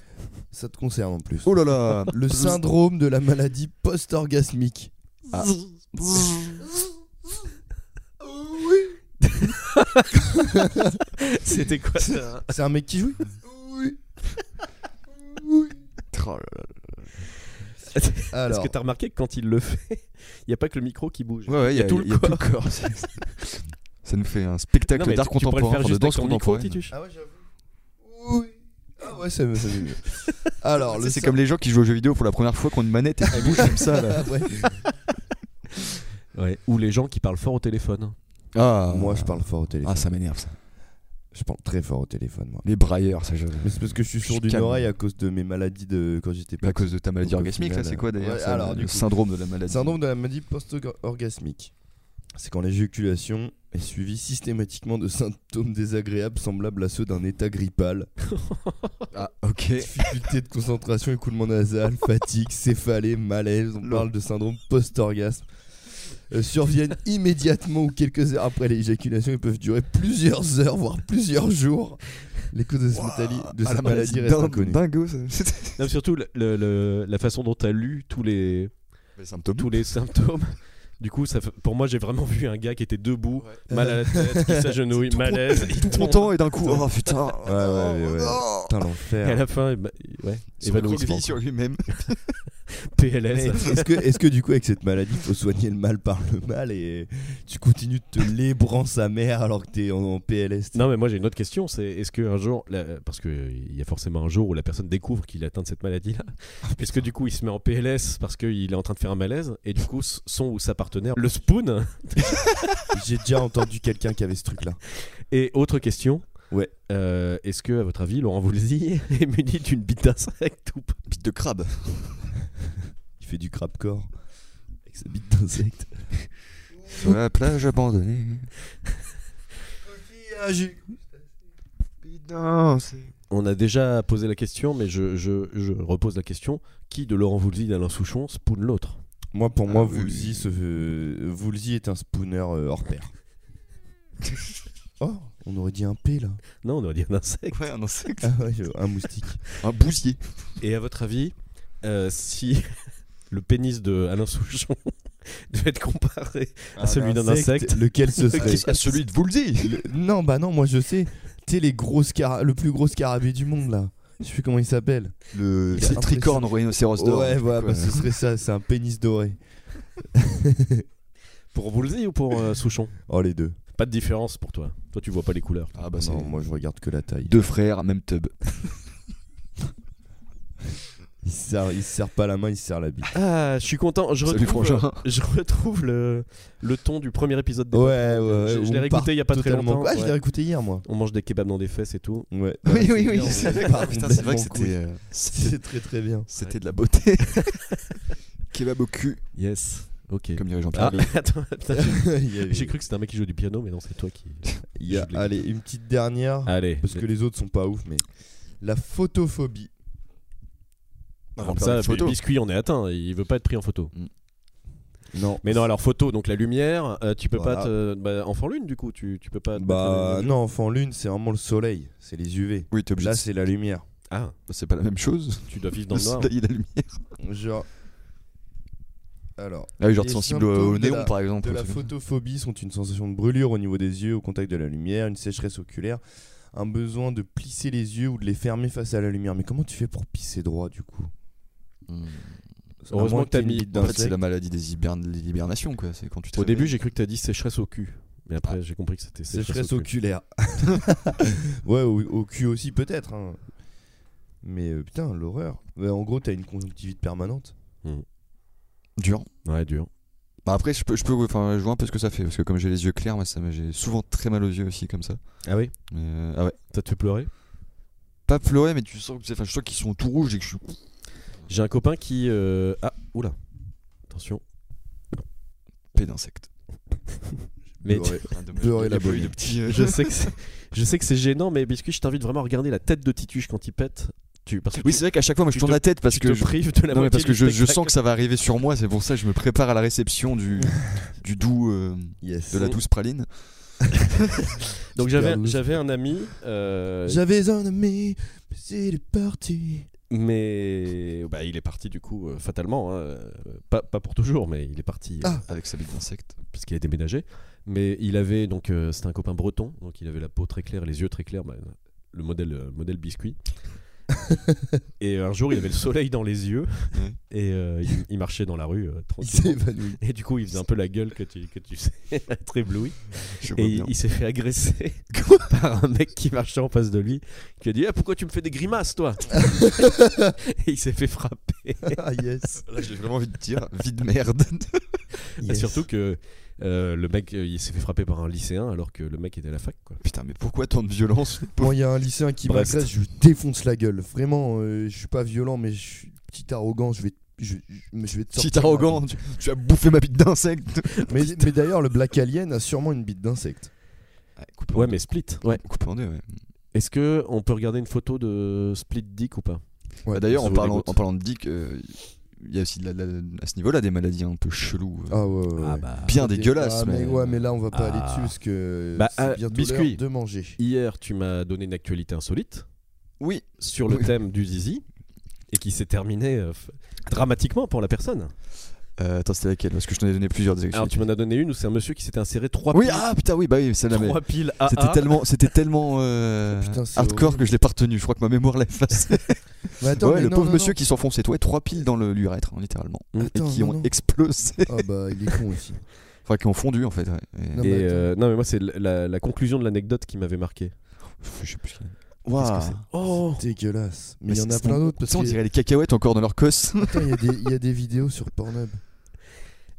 Speaker 7: Ça te concerne en plus.
Speaker 6: Oh là là
Speaker 7: Le syndrome de la maladie post-orgasmique.
Speaker 6: Ah.
Speaker 5: *laughs* C'était
Speaker 6: *laughs*
Speaker 5: quoi ça
Speaker 7: C'est un mec qui joue
Speaker 6: Oh là là.
Speaker 5: Parce
Speaker 7: Alors,
Speaker 5: que t'as remarqué que quand il le fait, *laughs* il n'y a pas que le micro qui bouge.
Speaker 6: Ouais, ouais, il y a,
Speaker 5: tout le
Speaker 6: y a tout le
Speaker 5: corps.
Speaker 6: corps. *laughs* ça nous fait un spectacle d'art
Speaker 5: tu- tu pourrais le
Speaker 6: contemporain,
Speaker 5: faire
Speaker 6: enfin, de
Speaker 5: juste avec
Speaker 6: danse
Speaker 5: ton micro,
Speaker 6: contemporaine.
Speaker 5: Tituche.
Speaker 7: ah ouais, j'avoue. Oui. Ah ouais, ça me ça me mieux. Alors,
Speaker 6: Tu
Speaker 7: le
Speaker 6: sais, C'est
Speaker 7: syn-
Speaker 6: comme les gens qui jouent aux jeux vidéo pour la première fois qu'on une manette et qui bougent comme ça. Là.
Speaker 7: *laughs* Ah ouais.
Speaker 5: Ouais. Ou les gens qui parlent fort au téléphone.
Speaker 6: *laughs* Ah,
Speaker 7: Moi, je parle fort au téléphone.
Speaker 6: Ah, ça Ah, m'énerve ça.
Speaker 7: Je parle très fort au téléphone, moi.
Speaker 6: Les brailleurs, ça je.
Speaker 7: Mais c'est parce que je suis
Speaker 6: Je suis
Speaker 7: sourd d'une
Speaker 6: calme. Bah,
Speaker 7: oreille à cause de mes maladies de quand j'étais
Speaker 6: À cause de ta maladie
Speaker 7: Donc, au
Speaker 6: orgasmique,
Speaker 7: final,
Speaker 6: là, c'est quoi d'ailleurs
Speaker 7: ouais,
Speaker 6: ça,
Speaker 7: alors,
Speaker 6: le
Speaker 7: du coup,
Speaker 6: syndrome de la maladie.
Speaker 7: Syndrome de la maladie post-orgasmique. C'est quand l'éjaculation est suivie systématiquement de symptômes désagréables semblables à ceux d'un
Speaker 6: *laughs*
Speaker 7: état grippal.
Speaker 6: Ah, ok.
Speaker 7: Difficulté de concentration, écoulement nasal,
Speaker 6: *laughs*
Speaker 7: fatigue, céphalée, malaise. On parle de syndrome post-orgasme. Euh,
Speaker 6: *laughs*
Speaker 7: surviennent immédiatement ou quelques heures après l'éjaculation et peuvent durer plusieurs heures, voire plusieurs jours. Les causes de, cette maladie- de
Speaker 6: Ah,
Speaker 7: cette
Speaker 6: la
Speaker 7: maladie restent
Speaker 6: dingue-
Speaker 7: inconnues.
Speaker 6: Dingo, ça.
Speaker 5: Non, mais surtout, le- le- le- la façon dont t'as lu tous les,
Speaker 6: Les symptômes.
Speaker 5: tous les symptômes. Du coup, ça, fait- pour moi, j'ai vraiment vu un gars qui était debout, mal à la tête, qui s'agenouille, malaise. il
Speaker 6: Tout
Speaker 5: tombe.
Speaker 6: content et d'un coup, oh putain. Oh,
Speaker 7: Ouais, ouais, ouais, ouais. Putain,
Speaker 5: Et à
Speaker 7: l'enfer.
Speaker 5: la fin, eh ben, ouais, évanouissement. *laughs*
Speaker 6: vie sur lui-même.
Speaker 5: PLS.
Speaker 7: Est-ce que, est-ce que du coup avec cette maladie faut soigner le mal par le mal et tu continues de te lébrant sa mère alors que t'es en, en PLS
Speaker 5: Non, mais moi j'ai une autre question, c'est est-ce qu'un jour, la- parce qu'il y a forcément un jour où la personne découvre qu'il est atteint de cette maladie-là, puisque du coup il se met en PLS parce qu'il est en train de faire un malaise, et du coup s- son ou sa partenaire le spoon.
Speaker 7: J'ai déjà entendu quelqu'un qui avait ce truc là
Speaker 5: Et autre question,
Speaker 7: Ouais.
Speaker 5: euh, est-ce que à votre avis Laurent Voulzy *laughs* est muni d'une bite insecte ou pas
Speaker 6: Bite de crabe.
Speaker 7: *laughs* Il fait du crap corps avec sa bite d'insecte
Speaker 6: Sur la plage abandonnée. *laughs* Putain, c'est.
Speaker 5: On a déjà posé la question, mais je, je- je repose la question, qui de Laurent Voulzy et d'Alain Souchon spoon l'autre
Speaker 7: Moi pour
Speaker 6: Ah
Speaker 7: moi
Speaker 6: oui.
Speaker 7: Woolsey se- euh, Woolsey est un spooner euh, hors pair Oh on aurait dit un P là
Speaker 5: Non, on aurait dit un insecte.
Speaker 6: Ouais, un insecte.
Speaker 7: Ah ouais, je- Un moustique
Speaker 6: *laughs* Un bousier.
Speaker 5: Et à votre avis, euh, si *laughs* le pénis de Alain Souchon *laughs* devait être comparé
Speaker 6: Ah,
Speaker 5: à celui d'un insecte,
Speaker 6: *laughs*
Speaker 7: Lequel ce serait
Speaker 6: À celui de Woolsey.
Speaker 7: Le- Non, bah non, moi je sais. Tu sais, les gros scara- le plus gros scarabée du monde là. Je sais plus comment il s'appelle.
Speaker 6: Le
Speaker 7: Il a
Speaker 6: c'est le tricorne
Speaker 7: l'impression-
Speaker 6: rhinocéros d'or.
Speaker 7: Ouais, voilà, bah,
Speaker 6: Ouais.
Speaker 7: ce serait ça, c'est un pénis doré.
Speaker 5: pour Woolsey ou pour euh, Souchon
Speaker 7: Oh, les deux. Oh,
Speaker 5: Pas de différence pour toi. Toi, tu vois pas les couleurs.
Speaker 6: Ah bah c'est.
Speaker 7: non, moi je regarde que la taille.
Speaker 6: Deux frères, même tub.
Speaker 7: Il se serre, il se serre pas la main, il se serre la bite.
Speaker 5: Ah, je suis content. Je
Speaker 6: Salut
Speaker 5: retrouve, euh,
Speaker 6: frangin. *laughs*
Speaker 5: je retrouve le, le ton du premier épisode. des-
Speaker 7: Ouais, ouais, ouais.
Speaker 5: Je- je
Speaker 7: on
Speaker 5: l'ai réécouté
Speaker 7: part
Speaker 5: il y a pas très
Speaker 7: totalement-
Speaker 5: longtemps,
Speaker 7: Ah, je l'ai
Speaker 5: ouais.
Speaker 7: réécouté hier moi.
Speaker 5: On mange des kebabs dans des fesses et tout.
Speaker 7: Ouais.
Speaker 6: Oui, oui, oui.
Speaker 7: on
Speaker 6: C'est vrai,
Speaker 7: part
Speaker 6: Ah, putain, c'est vrai que
Speaker 7: complètement
Speaker 5: *laughs*
Speaker 6: c'était. euh,
Speaker 7: couille.
Speaker 6: C'était
Speaker 7: C'est très
Speaker 6: *laughs*
Speaker 7: très bien.
Speaker 6: c'était de la beauté. Kebab au cul,
Speaker 5: Yes. Ok.
Speaker 6: comme dirait
Speaker 5: Ah,
Speaker 6: Jean-Pierre.
Speaker 5: *laughs* attends, putain, j'ai-
Speaker 7: Il y avait-
Speaker 5: j'ai cru que c'était un mec qui joue du piano, mais non, c'est toi qui.
Speaker 7: il y a-
Speaker 5: je l'ai-
Speaker 7: Allez, une petite dernière.
Speaker 5: Allez.
Speaker 7: Parce que les autres sont pas ouf, mais. La photophobie.
Speaker 5: Comme ça, le biscuit, on est atteint. Il veut pas être pris en photo.
Speaker 7: Non.
Speaker 5: Mais non, alors photo, donc la lumière, euh, tu peux
Speaker 7: Voilà.
Speaker 5: pas te. Bah, enfant lune, du coup, tu, tu peux pas. te
Speaker 7: Bah
Speaker 5: mettre le-
Speaker 7: non, enfant lune, c'est vraiment le soleil, c'est les UV.
Speaker 6: Oui, t'es obligé.
Speaker 7: Là,
Speaker 6: de-
Speaker 7: c'est la lumière.
Speaker 5: Ah,
Speaker 6: C'est pas la même chose.
Speaker 5: tu dois
Speaker 6: *laughs*
Speaker 5: vivre dans le noir.
Speaker 6: soleil et la lumière.
Speaker 7: Genre. Alors.
Speaker 6: Ah oui, genre
Speaker 7: Les
Speaker 6: sensible
Speaker 7: symptômes
Speaker 6: au
Speaker 7: de
Speaker 6: néon
Speaker 7: la-
Speaker 6: par exemple.
Speaker 7: De la photophobie sont une sensation de brûlure au niveau des yeux, au contact de la lumière, une sécheresse oculaire, un besoin de plisser les yeux ou de les fermer face à la lumière. Mais comment tu fais pour pisser droit du coup
Speaker 6: Hmm.
Speaker 5: Heureusement
Speaker 7: À moins
Speaker 5: que t'as
Speaker 7: t'aies une
Speaker 5: mis-
Speaker 7: bite
Speaker 6: En fait,
Speaker 7: d'insecte.
Speaker 6: c'est la maladie des hibern- des hibernations, quoi. C'est quand tu te
Speaker 5: Au début,
Speaker 6: réveilles.
Speaker 5: j'ai cru que t'as dit sécheresse au cul. Mais après, j'ai compris que c'était
Speaker 7: Sécheresse oculaire. *laughs* ouais, au, au cul aussi peut-être. hein. Mais euh, putain, l'horreur. Ouais, en gros, t'as une conjonctivite permanente.
Speaker 6: dur.
Speaker 5: Ouais, dur.
Speaker 6: Bah après, je peux, je peux, enfin, je vois un peu ce que ça fait parce que comme j'ai les yeux clairs, moi, ça, me- j'ai souvent très mal aux yeux aussi comme ça.
Speaker 5: Ah oui
Speaker 6: Mais, euh, ah ouais.
Speaker 5: Ça te fait pleurer
Speaker 6: Pas pleurer, mais tu sens que, enfin, je sens qu'ils sont tout rouges et que je suis.
Speaker 5: J'ai un copain qui. euh, Ah, oula. Attention.
Speaker 6: Paix d'insectes.
Speaker 5: Mais
Speaker 6: *laughs*
Speaker 7: Pleurer.
Speaker 6: Pleurer
Speaker 7: Pleurer la bonne.
Speaker 6: de petits. euh,
Speaker 5: *laughs* je sais que c'est, je sais que c'est gênant, mais Biscuit, je t'invite vraiment à regarder la tête de Tituche quand il pète. Tu, parce que
Speaker 6: *laughs* Oui,
Speaker 5: tu-
Speaker 6: c'est vrai qu'à chaque fois, moi, je
Speaker 5: tu
Speaker 6: tourne
Speaker 5: te-
Speaker 6: la tête parce
Speaker 5: tu
Speaker 6: que
Speaker 5: te
Speaker 6: je.
Speaker 5: prives de la
Speaker 6: Non, mais
Speaker 5: moitié
Speaker 6: parce que
Speaker 5: du
Speaker 6: je, je
Speaker 5: spectacle.
Speaker 6: sens que ça va arriver sur moi, c'est pour ça que je me prépare à la réception
Speaker 7: *laughs*
Speaker 6: du, du doux euh,
Speaker 7: Yes.
Speaker 6: de la douce praline.
Speaker 5: Donc j'avais,
Speaker 7: Super loose.
Speaker 5: j'avais un ami, euh,
Speaker 7: J'avais un ami, mais il est parti. *laughs*
Speaker 5: mais bah, il est parti du coup euh, fatalement, hein, euh, pas, pas pour toujours, mais il est parti euh,
Speaker 7: Ah.
Speaker 6: Avec sa bite d'insecte.
Speaker 5: parce qu'il a déménagé. Mais il avait donc euh, c'était un copain breton, donc il avait la peau très claire, les yeux très clairs, bah, le modèle euh, modèle
Speaker 7: *laughs*
Speaker 5: biscuit. et un jour, il avait le soleil dans les yeux
Speaker 6: Ouais.
Speaker 5: et euh, il, il marchait dans la rue euh,
Speaker 7: Il
Speaker 5: tranquillement.
Speaker 7: s'est évanoui.
Speaker 5: Et du coup, il faisait un peu la gueule que tu, que tu *laughs* sais, être ébloui.
Speaker 6: Je vois
Speaker 5: Et il,
Speaker 6: bien.
Speaker 5: il s'est fait *laughs* agresser par un mec qui marchait en face de lui, qui a dit Ah, Pourquoi tu me fais des grimaces, toi *laughs* Et il s'est fait frapper.
Speaker 7: Ah yes.
Speaker 6: *laughs* Là, j'ai vraiment envie de dire vie de merde. *laughs*
Speaker 5: Et surtout que euh, le mec, euh, il s'est fait frapper par un lycéen alors que le mec était à la fac. Quoi.
Speaker 6: Putain, mais pourquoi tant de violence
Speaker 7: Moi, il y a un lycéen qui
Speaker 6: Brest.
Speaker 7: m'agresse, je lui défonce la gueule. Vraiment, euh, je suis pas violent, mais je suis petit arrogant, je vais. Je, je- mais je vais te
Speaker 6: Petit
Speaker 7: sortir-
Speaker 6: arrogant, tu, tu as bouffé ma bite d'insecte.
Speaker 7: Mais, mais d'ailleurs, le Black Alien a sûrement une bite d'insecte.
Speaker 6: Coupé en
Speaker 5: Ouais,
Speaker 6: deux.
Speaker 5: mais Split. Ouais.
Speaker 6: Coupé en deux, ouais.
Speaker 5: Bah, Est-ce que on peut regarder une photo de Split Dick ou pas
Speaker 7: Ouais,
Speaker 6: Bah, D'ailleurs,
Speaker 5: ça
Speaker 6: en
Speaker 5: vous
Speaker 6: parlant,
Speaker 5: dégoûte.
Speaker 6: en parlant de Dick, euh, il y a aussi de la- de la- à ce niveau-là des maladies un peu cheloues. euh,
Speaker 7: Ah ouais, ouais, ouais.
Speaker 5: bah.
Speaker 6: bien
Speaker 7: Ah,
Speaker 6: dégueulasses.
Speaker 7: mais... ouais, mais là, on va pas
Speaker 5: Ah.
Speaker 7: aller dessus parce que
Speaker 5: Bah,
Speaker 7: c'est
Speaker 5: euh,
Speaker 7: bientôt
Speaker 5: biscuit.
Speaker 7: l'heure de manger.
Speaker 5: Hier, tu m'as donné une actualité insolite
Speaker 6: Oui,
Speaker 5: sur le
Speaker 6: Oui.
Speaker 5: thème du zizi et qui s'est terminée euh, f- dramatiquement pour la personne.
Speaker 6: Euh, attends, c'était laquelle Parce que je t'en ai donné plusieurs des
Speaker 5: Alors, tu m'en as donné une où c'est un monsieur qui s'était inséré trois
Speaker 6: Oui,
Speaker 5: piles,
Speaker 6: ah putain, oui, bah oui, celle-là, mais
Speaker 5: trois Ah, piles AA.
Speaker 6: C'était tellement, c'était tellement euh,
Speaker 7: Ah, Putain, c'est
Speaker 6: hardcore
Speaker 7: horrible.
Speaker 6: que je l'ai pas retenu. Je crois que ma mémoire l'a effacé.
Speaker 7: Mais *laughs* attends,
Speaker 6: ouais,
Speaker 7: mais
Speaker 6: le
Speaker 7: non,
Speaker 6: pauvre
Speaker 7: non,
Speaker 6: monsieur
Speaker 7: non.
Speaker 6: qui s'enfonçait toi, trois piles dans le l'urètre, hein, littéralement,
Speaker 7: Attends,
Speaker 6: et qui
Speaker 7: non,
Speaker 6: ont
Speaker 7: non.
Speaker 6: explosé,
Speaker 7: Ah bah, il est con aussi.
Speaker 6: enfin qui ont fondu en fait. ouais. Et-
Speaker 7: Non,
Speaker 5: Et
Speaker 7: mais attends.
Speaker 5: euh, non, mais moi, c'est la- la, la conclusion de l'anecdote qui m'avait marqué.
Speaker 6: Je sais plus. ce qu'il y a.
Speaker 5: Qu'est-ce que c'est Oh
Speaker 7: Dégueulasse. Mais
Speaker 6: Mais
Speaker 7: il y en
Speaker 6: Bah, c'est-
Speaker 7: a plein d'autres parce
Speaker 6: Ça, on
Speaker 7: que.
Speaker 6: dirait les cacahuètes encore dans
Speaker 5: *laughs*
Speaker 6: leur cosse.
Speaker 7: Attends, il y
Speaker 6: *laughs*
Speaker 7: a des- il y a des vidéos sur Pornhub.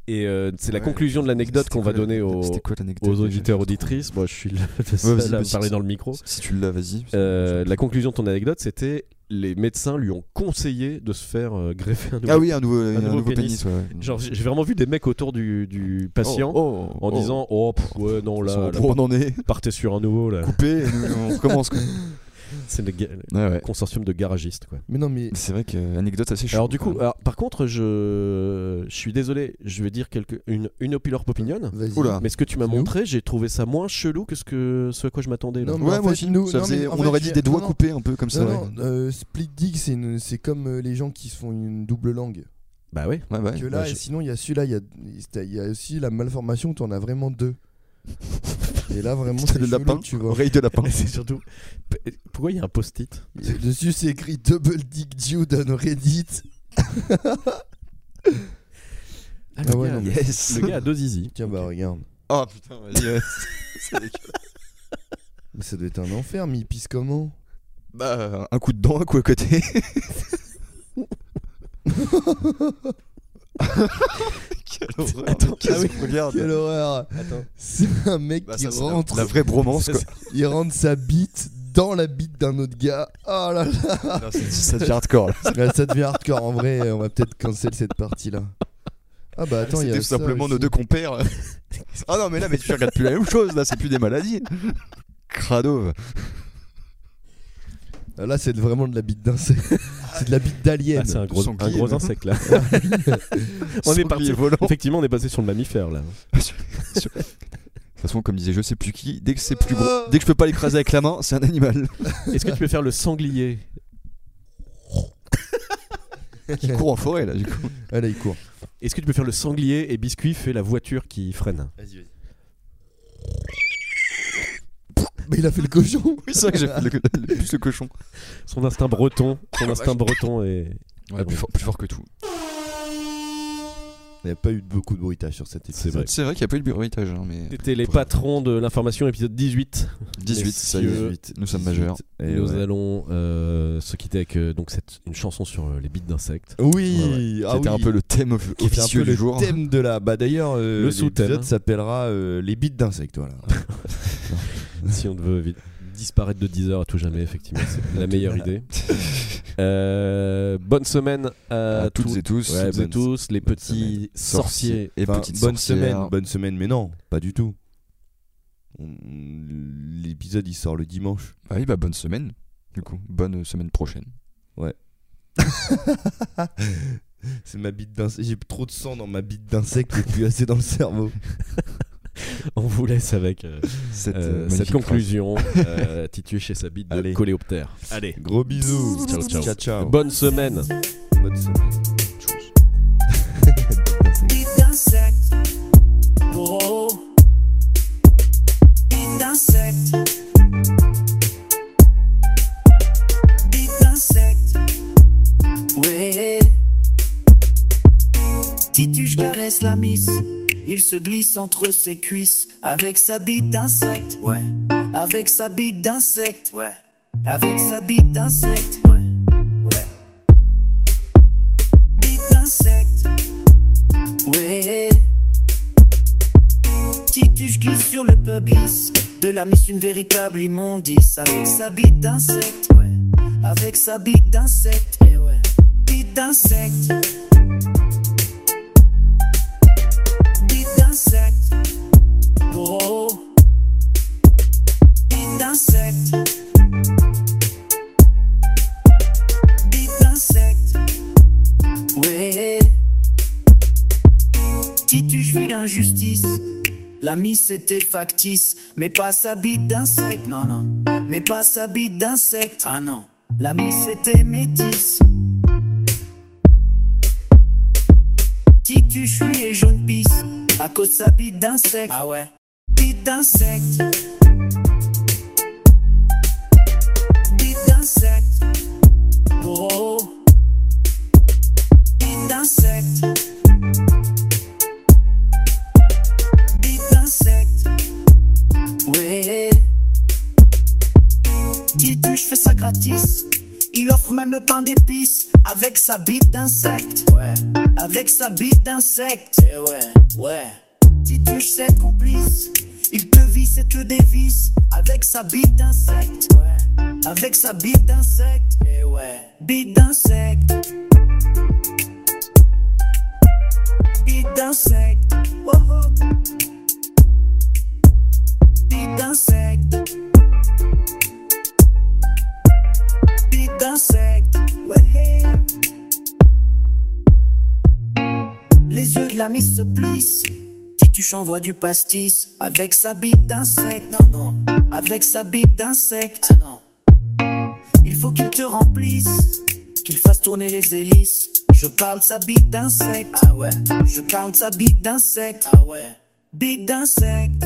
Speaker 5: Et euh, c'est la
Speaker 6: Ouais.
Speaker 5: conclusion de l'anecdote
Speaker 6: C'était
Speaker 5: qu'on va
Speaker 6: quoi la-
Speaker 5: donner aux,
Speaker 6: c'était quoi l'anecdote
Speaker 5: aux
Speaker 6: déjà
Speaker 5: auditeurs,
Speaker 6: Je trouve-
Speaker 5: auditrices. Moi, je suis le le seul
Speaker 6: vas-y,
Speaker 5: à
Speaker 6: vas-y.
Speaker 5: parler dans le micro.
Speaker 6: Si tu l'as, vas-y.
Speaker 5: Euh, la conclusion de ton anecdote, c'était les médecins lui ont conseillé de se faire euh, greffer un nouveau.
Speaker 6: ah oui, un nouveau, un
Speaker 5: nouveau
Speaker 6: nouveau
Speaker 5: pénis.
Speaker 6: pénis. ouais, ouais.
Speaker 5: Genre, j'ai j'ai vraiment vu des mecs autour du, du
Speaker 6: Oh,
Speaker 5: patient
Speaker 6: oh,
Speaker 5: en
Speaker 6: oh.
Speaker 5: disant Oh, pff, ouais, non,
Speaker 6: Ils sont
Speaker 5: là,
Speaker 6: au
Speaker 5: là,
Speaker 6: pro, on en est
Speaker 5: partez sur un nouveau. là.
Speaker 6: coupé, et nous, on recommence. Quoi.
Speaker 5: C'est le, ga- le
Speaker 6: *laughs* Ouais, ouais.
Speaker 5: consortium de garagistes, quoi.
Speaker 7: Mais non, mais.
Speaker 6: C'est vrai que euh, anecdote assez chouette.
Speaker 5: Alors, du coup, alors, par contre, je, je suis désolé, je vais dire quelque, une, une opilor popinion.
Speaker 7: Vas-y.
Speaker 6: Oula.
Speaker 5: Mais ce que tu m'as
Speaker 7: C'est nous.
Speaker 5: montré, j'ai trouvé ça moins chelou que ce, que, ce à quoi je m'attendais. là.
Speaker 7: Non, mais
Speaker 6: ouais,
Speaker 7: en
Speaker 6: moi
Speaker 7: fait,
Speaker 6: aussi.
Speaker 7: nous-
Speaker 6: ça
Speaker 7: non,
Speaker 6: faisait-
Speaker 7: mais en
Speaker 6: on
Speaker 7: fait,
Speaker 6: aurait dit
Speaker 7: j'ai-
Speaker 6: des doigts
Speaker 7: non, non.
Speaker 6: coupés un peu comme ça. ouais.
Speaker 7: Non, non, euh, split dick, c'est une- c'est comme euh, les gens qui se font une double langue.
Speaker 5: Bah oui.
Speaker 6: Ouais, ouais.
Speaker 7: que là,
Speaker 6: Ouais,
Speaker 7: et
Speaker 6: je-
Speaker 7: sinon, il y a celui-là, il y a, il y a aussi la malformation où t'en as vraiment deux. et là, vraiment,
Speaker 6: Putain,
Speaker 7: c'est
Speaker 6: le
Speaker 7: chelou,
Speaker 6: lapin.
Speaker 7: tu vois.
Speaker 6: Oreille de lapin.
Speaker 5: Et *laughs* c'est surtout. P- Pourquoi il y a un post-it
Speaker 7: Et dessus, c'est écrit Double Dick Jude on Reddit.
Speaker 5: ah,
Speaker 7: le gars,
Speaker 6: Yes.
Speaker 5: Le gars a deux zizi.
Speaker 7: Tiens, bah regarde.
Speaker 6: Oh putain, vas-y,
Speaker 7: *laughs*
Speaker 6: ouais. C'est dégueulasse.
Speaker 7: Mais ça doit être un enfer, mais il pisse comment
Speaker 6: Bah, un coup dedans, un coup à côté. Quelle *laughs* horreur.
Speaker 5: Attends,
Speaker 6: Qu'est-ce
Speaker 5: ah oui.
Speaker 6: qu'on regarde
Speaker 7: Quelle horreur
Speaker 5: Attends.
Speaker 7: C'est un mec
Speaker 6: Bah,
Speaker 7: qui
Speaker 6: ça, c'est la-
Speaker 7: rentre,
Speaker 6: La vraie bromance, quoi.
Speaker 7: il rentre sa bite dans la bite d'un autre gars. Oh là là
Speaker 6: Non, c'est- Ça devient
Speaker 7: *laughs*
Speaker 6: hardcore, là.
Speaker 7: Ouais, Ça devient hardcore, en vrai, on va peut-être cancel cette partie-là. Ah bah attends, il y a
Speaker 6: C'était tout
Speaker 7: ça
Speaker 6: simplement nos
Speaker 7: aussi.
Speaker 6: deux
Speaker 7: *laughs*
Speaker 6: compères. Ah non, mais là, mais tu regardes plus la même chose, là, c'est plus des maladies. Crado.
Speaker 7: Ah, Là, c'est vraiment de la bite d'insecte. *laughs* C'est de la bite d'alien.
Speaker 5: Ah, c'est un gros, un
Speaker 6: sanglier,
Speaker 5: gros
Speaker 6: même.
Speaker 5: insecte
Speaker 7: *laughs*
Speaker 5: là. on est parti.
Speaker 6: volant.
Speaker 5: Effectivement, on est passé sur le mammifère là.
Speaker 6: De toute façon, comme disait je sais plus qui, dès que c'est plus gros, dès que je peux pas l'écraser avec la main, c'est un animal
Speaker 5: Est-ce que tu peux faire le sanglier
Speaker 6: qui court en forêt là. Du coup,
Speaker 7: Allez, il court.
Speaker 5: Est-ce que tu peux faire le sanglier et Biscuit fait la voiture qui freine
Speaker 7: Mais il a fait le cochon.
Speaker 6: *laughs* oui, c'est vrai que j'ai fait le, le- plus le cochon.
Speaker 5: Son instinct breton.
Speaker 7: Ah,
Speaker 5: Son instinct breton
Speaker 7: *laughs*
Speaker 5: est.
Speaker 6: Ouais, plus, fort, plus fort que tout.
Speaker 7: Il n'y a pas eu beaucoup de bruitage sur cet épisode.
Speaker 5: C'est vrai.
Speaker 6: C'est vrai qu'il n'y a pas eu de bruitage, hein, mais
Speaker 5: C'était les patrons de l'information épisode 18.
Speaker 6: 18, ça y est,
Speaker 5: Messieurs,
Speaker 6: nous sommes majeurs.
Speaker 7: Et
Speaker 5: Nous
Speaker 7: ouais.
Speaker 5: allons euh, se quitter avec euh, donc cette, une chanson sur euh, les bites d'insectes.
Speaker 7: *laughs* Oui, ah
Speaker 6: C'était
Speaker 7: oui.
Speaker 6: un peu le thème of-
Speaker 7: Qui était un
Speaker 6: officieux
Speaker 7: peu
Speaker 6: du
Speaker 7: le
Speaker 6: jour.
Speaker 7: thème de la. Bah d'ailleurs, euh,
Speaker 5: Le sous-thème. hein.
Speaker 7: l'épisode s'appellera euh, Les bites d'insectes. Voilà.
Speaker 5: si on veut vite disparaître de 10 heures à tout jamais, effectivement, c'est la meilleure idée. Euh, bonne semaine à,
Speaker 6: à toutes
Speaker 5: tous-
Speaker 6: et tous.
Speaker 5: à toutes et
Speaker 7: bonne-
Speaker 5: tous, les
Speaker 7: bonne
Speaker 5: petits sorciers.
Speaker 6: Et
Speaker 7: Enfin,
Speaker 6: petites
Speaker 7: bonne
Speaker 6: sorcières.
Speaker 7: semaine, bonne semaine, mais non, pas du tout. On- L'épisode il sort
Speaker 5: *laughs*
Speaker 7: le dimanche.
Speaker 6: Ah oui, bah bonne semaine. Du coup, bonne semaine prochaine.
Speaker 7: C'est ma bite d'insecte. J'ai trop de sang dans ma bite d'insecte et plus assez dans le cerveau.
Speaker 5: On vous laisse avec euh,
Speaker 6: Cette,
Speaker 5: euh,
Speaker 6: euh,
Speaker 5: cette
Speaker 6: magnifique
Speaker 5: conclusion. euh, Titus chez sa bite de
Speaker 7: Allez.
Speaker 5: coléoptère. Allez,
Speaker 7: Gros bisous.
Speaker 5: Ciao, ciao.
Speaker 7: Ciao, ciao.
Speaker 5: bonne semaine.
Speaker 7: Bonne semaine.
Speaker 9: Bite d'insecte, gros. Bite d'insecte. Bite d'insecte, ouais. Titus caresse la miss. Il se glisse entre ses cuisses avec sa bite d'insecte, ouais. Avec sa bite d'insecte, ouais. Avec sa bite d'insecte, ouais. Ouais. Bite d'insecte. Ouais. je glisse sur le pubis. De la miss, une véritable immondice. Avec sa bite d'insecte, ouais. Avec sa bite d'insecte, eh ouais. Bite d'insecte. Bite d'insecte. Gros. Bite d'insecte. Bite d'insecte. Ouais. Titu, je vis l'injustice. L'ami c'était factice, mais pas sa bite d'insecte, non, non. Mais pas sa bite d'insecte, ah non. L'ami c'était métisse. Titu, je suis et jaune pisse, à cause de sa bite d'insecte. Ah ouais. Bite d'insecte. Bite d'insecte. Gros. Bite d'insecte. Bite d'insecte. Ouais. Dis je fais ça gratis. Il offre même le pain d'épices avec sa bite d'insecte. Ouais. Avec sa bite d'insecte. Eh ouais, ouais. Titus, c'est complice. Il te visse et te dévisse avec sa bite d'insecte. Ouais. Avec sa bite d'insecte. Eh ouais. Bite d'insecte. Bite d'insecte. Wow. Bite d'insecte. Bite d'insecte. Ouais. Les yeux de la mise se plissent. Titus envoie du pastis avec sa bite d'insecte. Non, non. Avec sa bite d'insecte. non. Il faut qu'il te remplisse, qu'il fasse tourner les hélices. Je parle de sa bite d'insecte. Ah ouais. Je parle de sa bite d'insecte. Ah ouais. Bite d'insecte.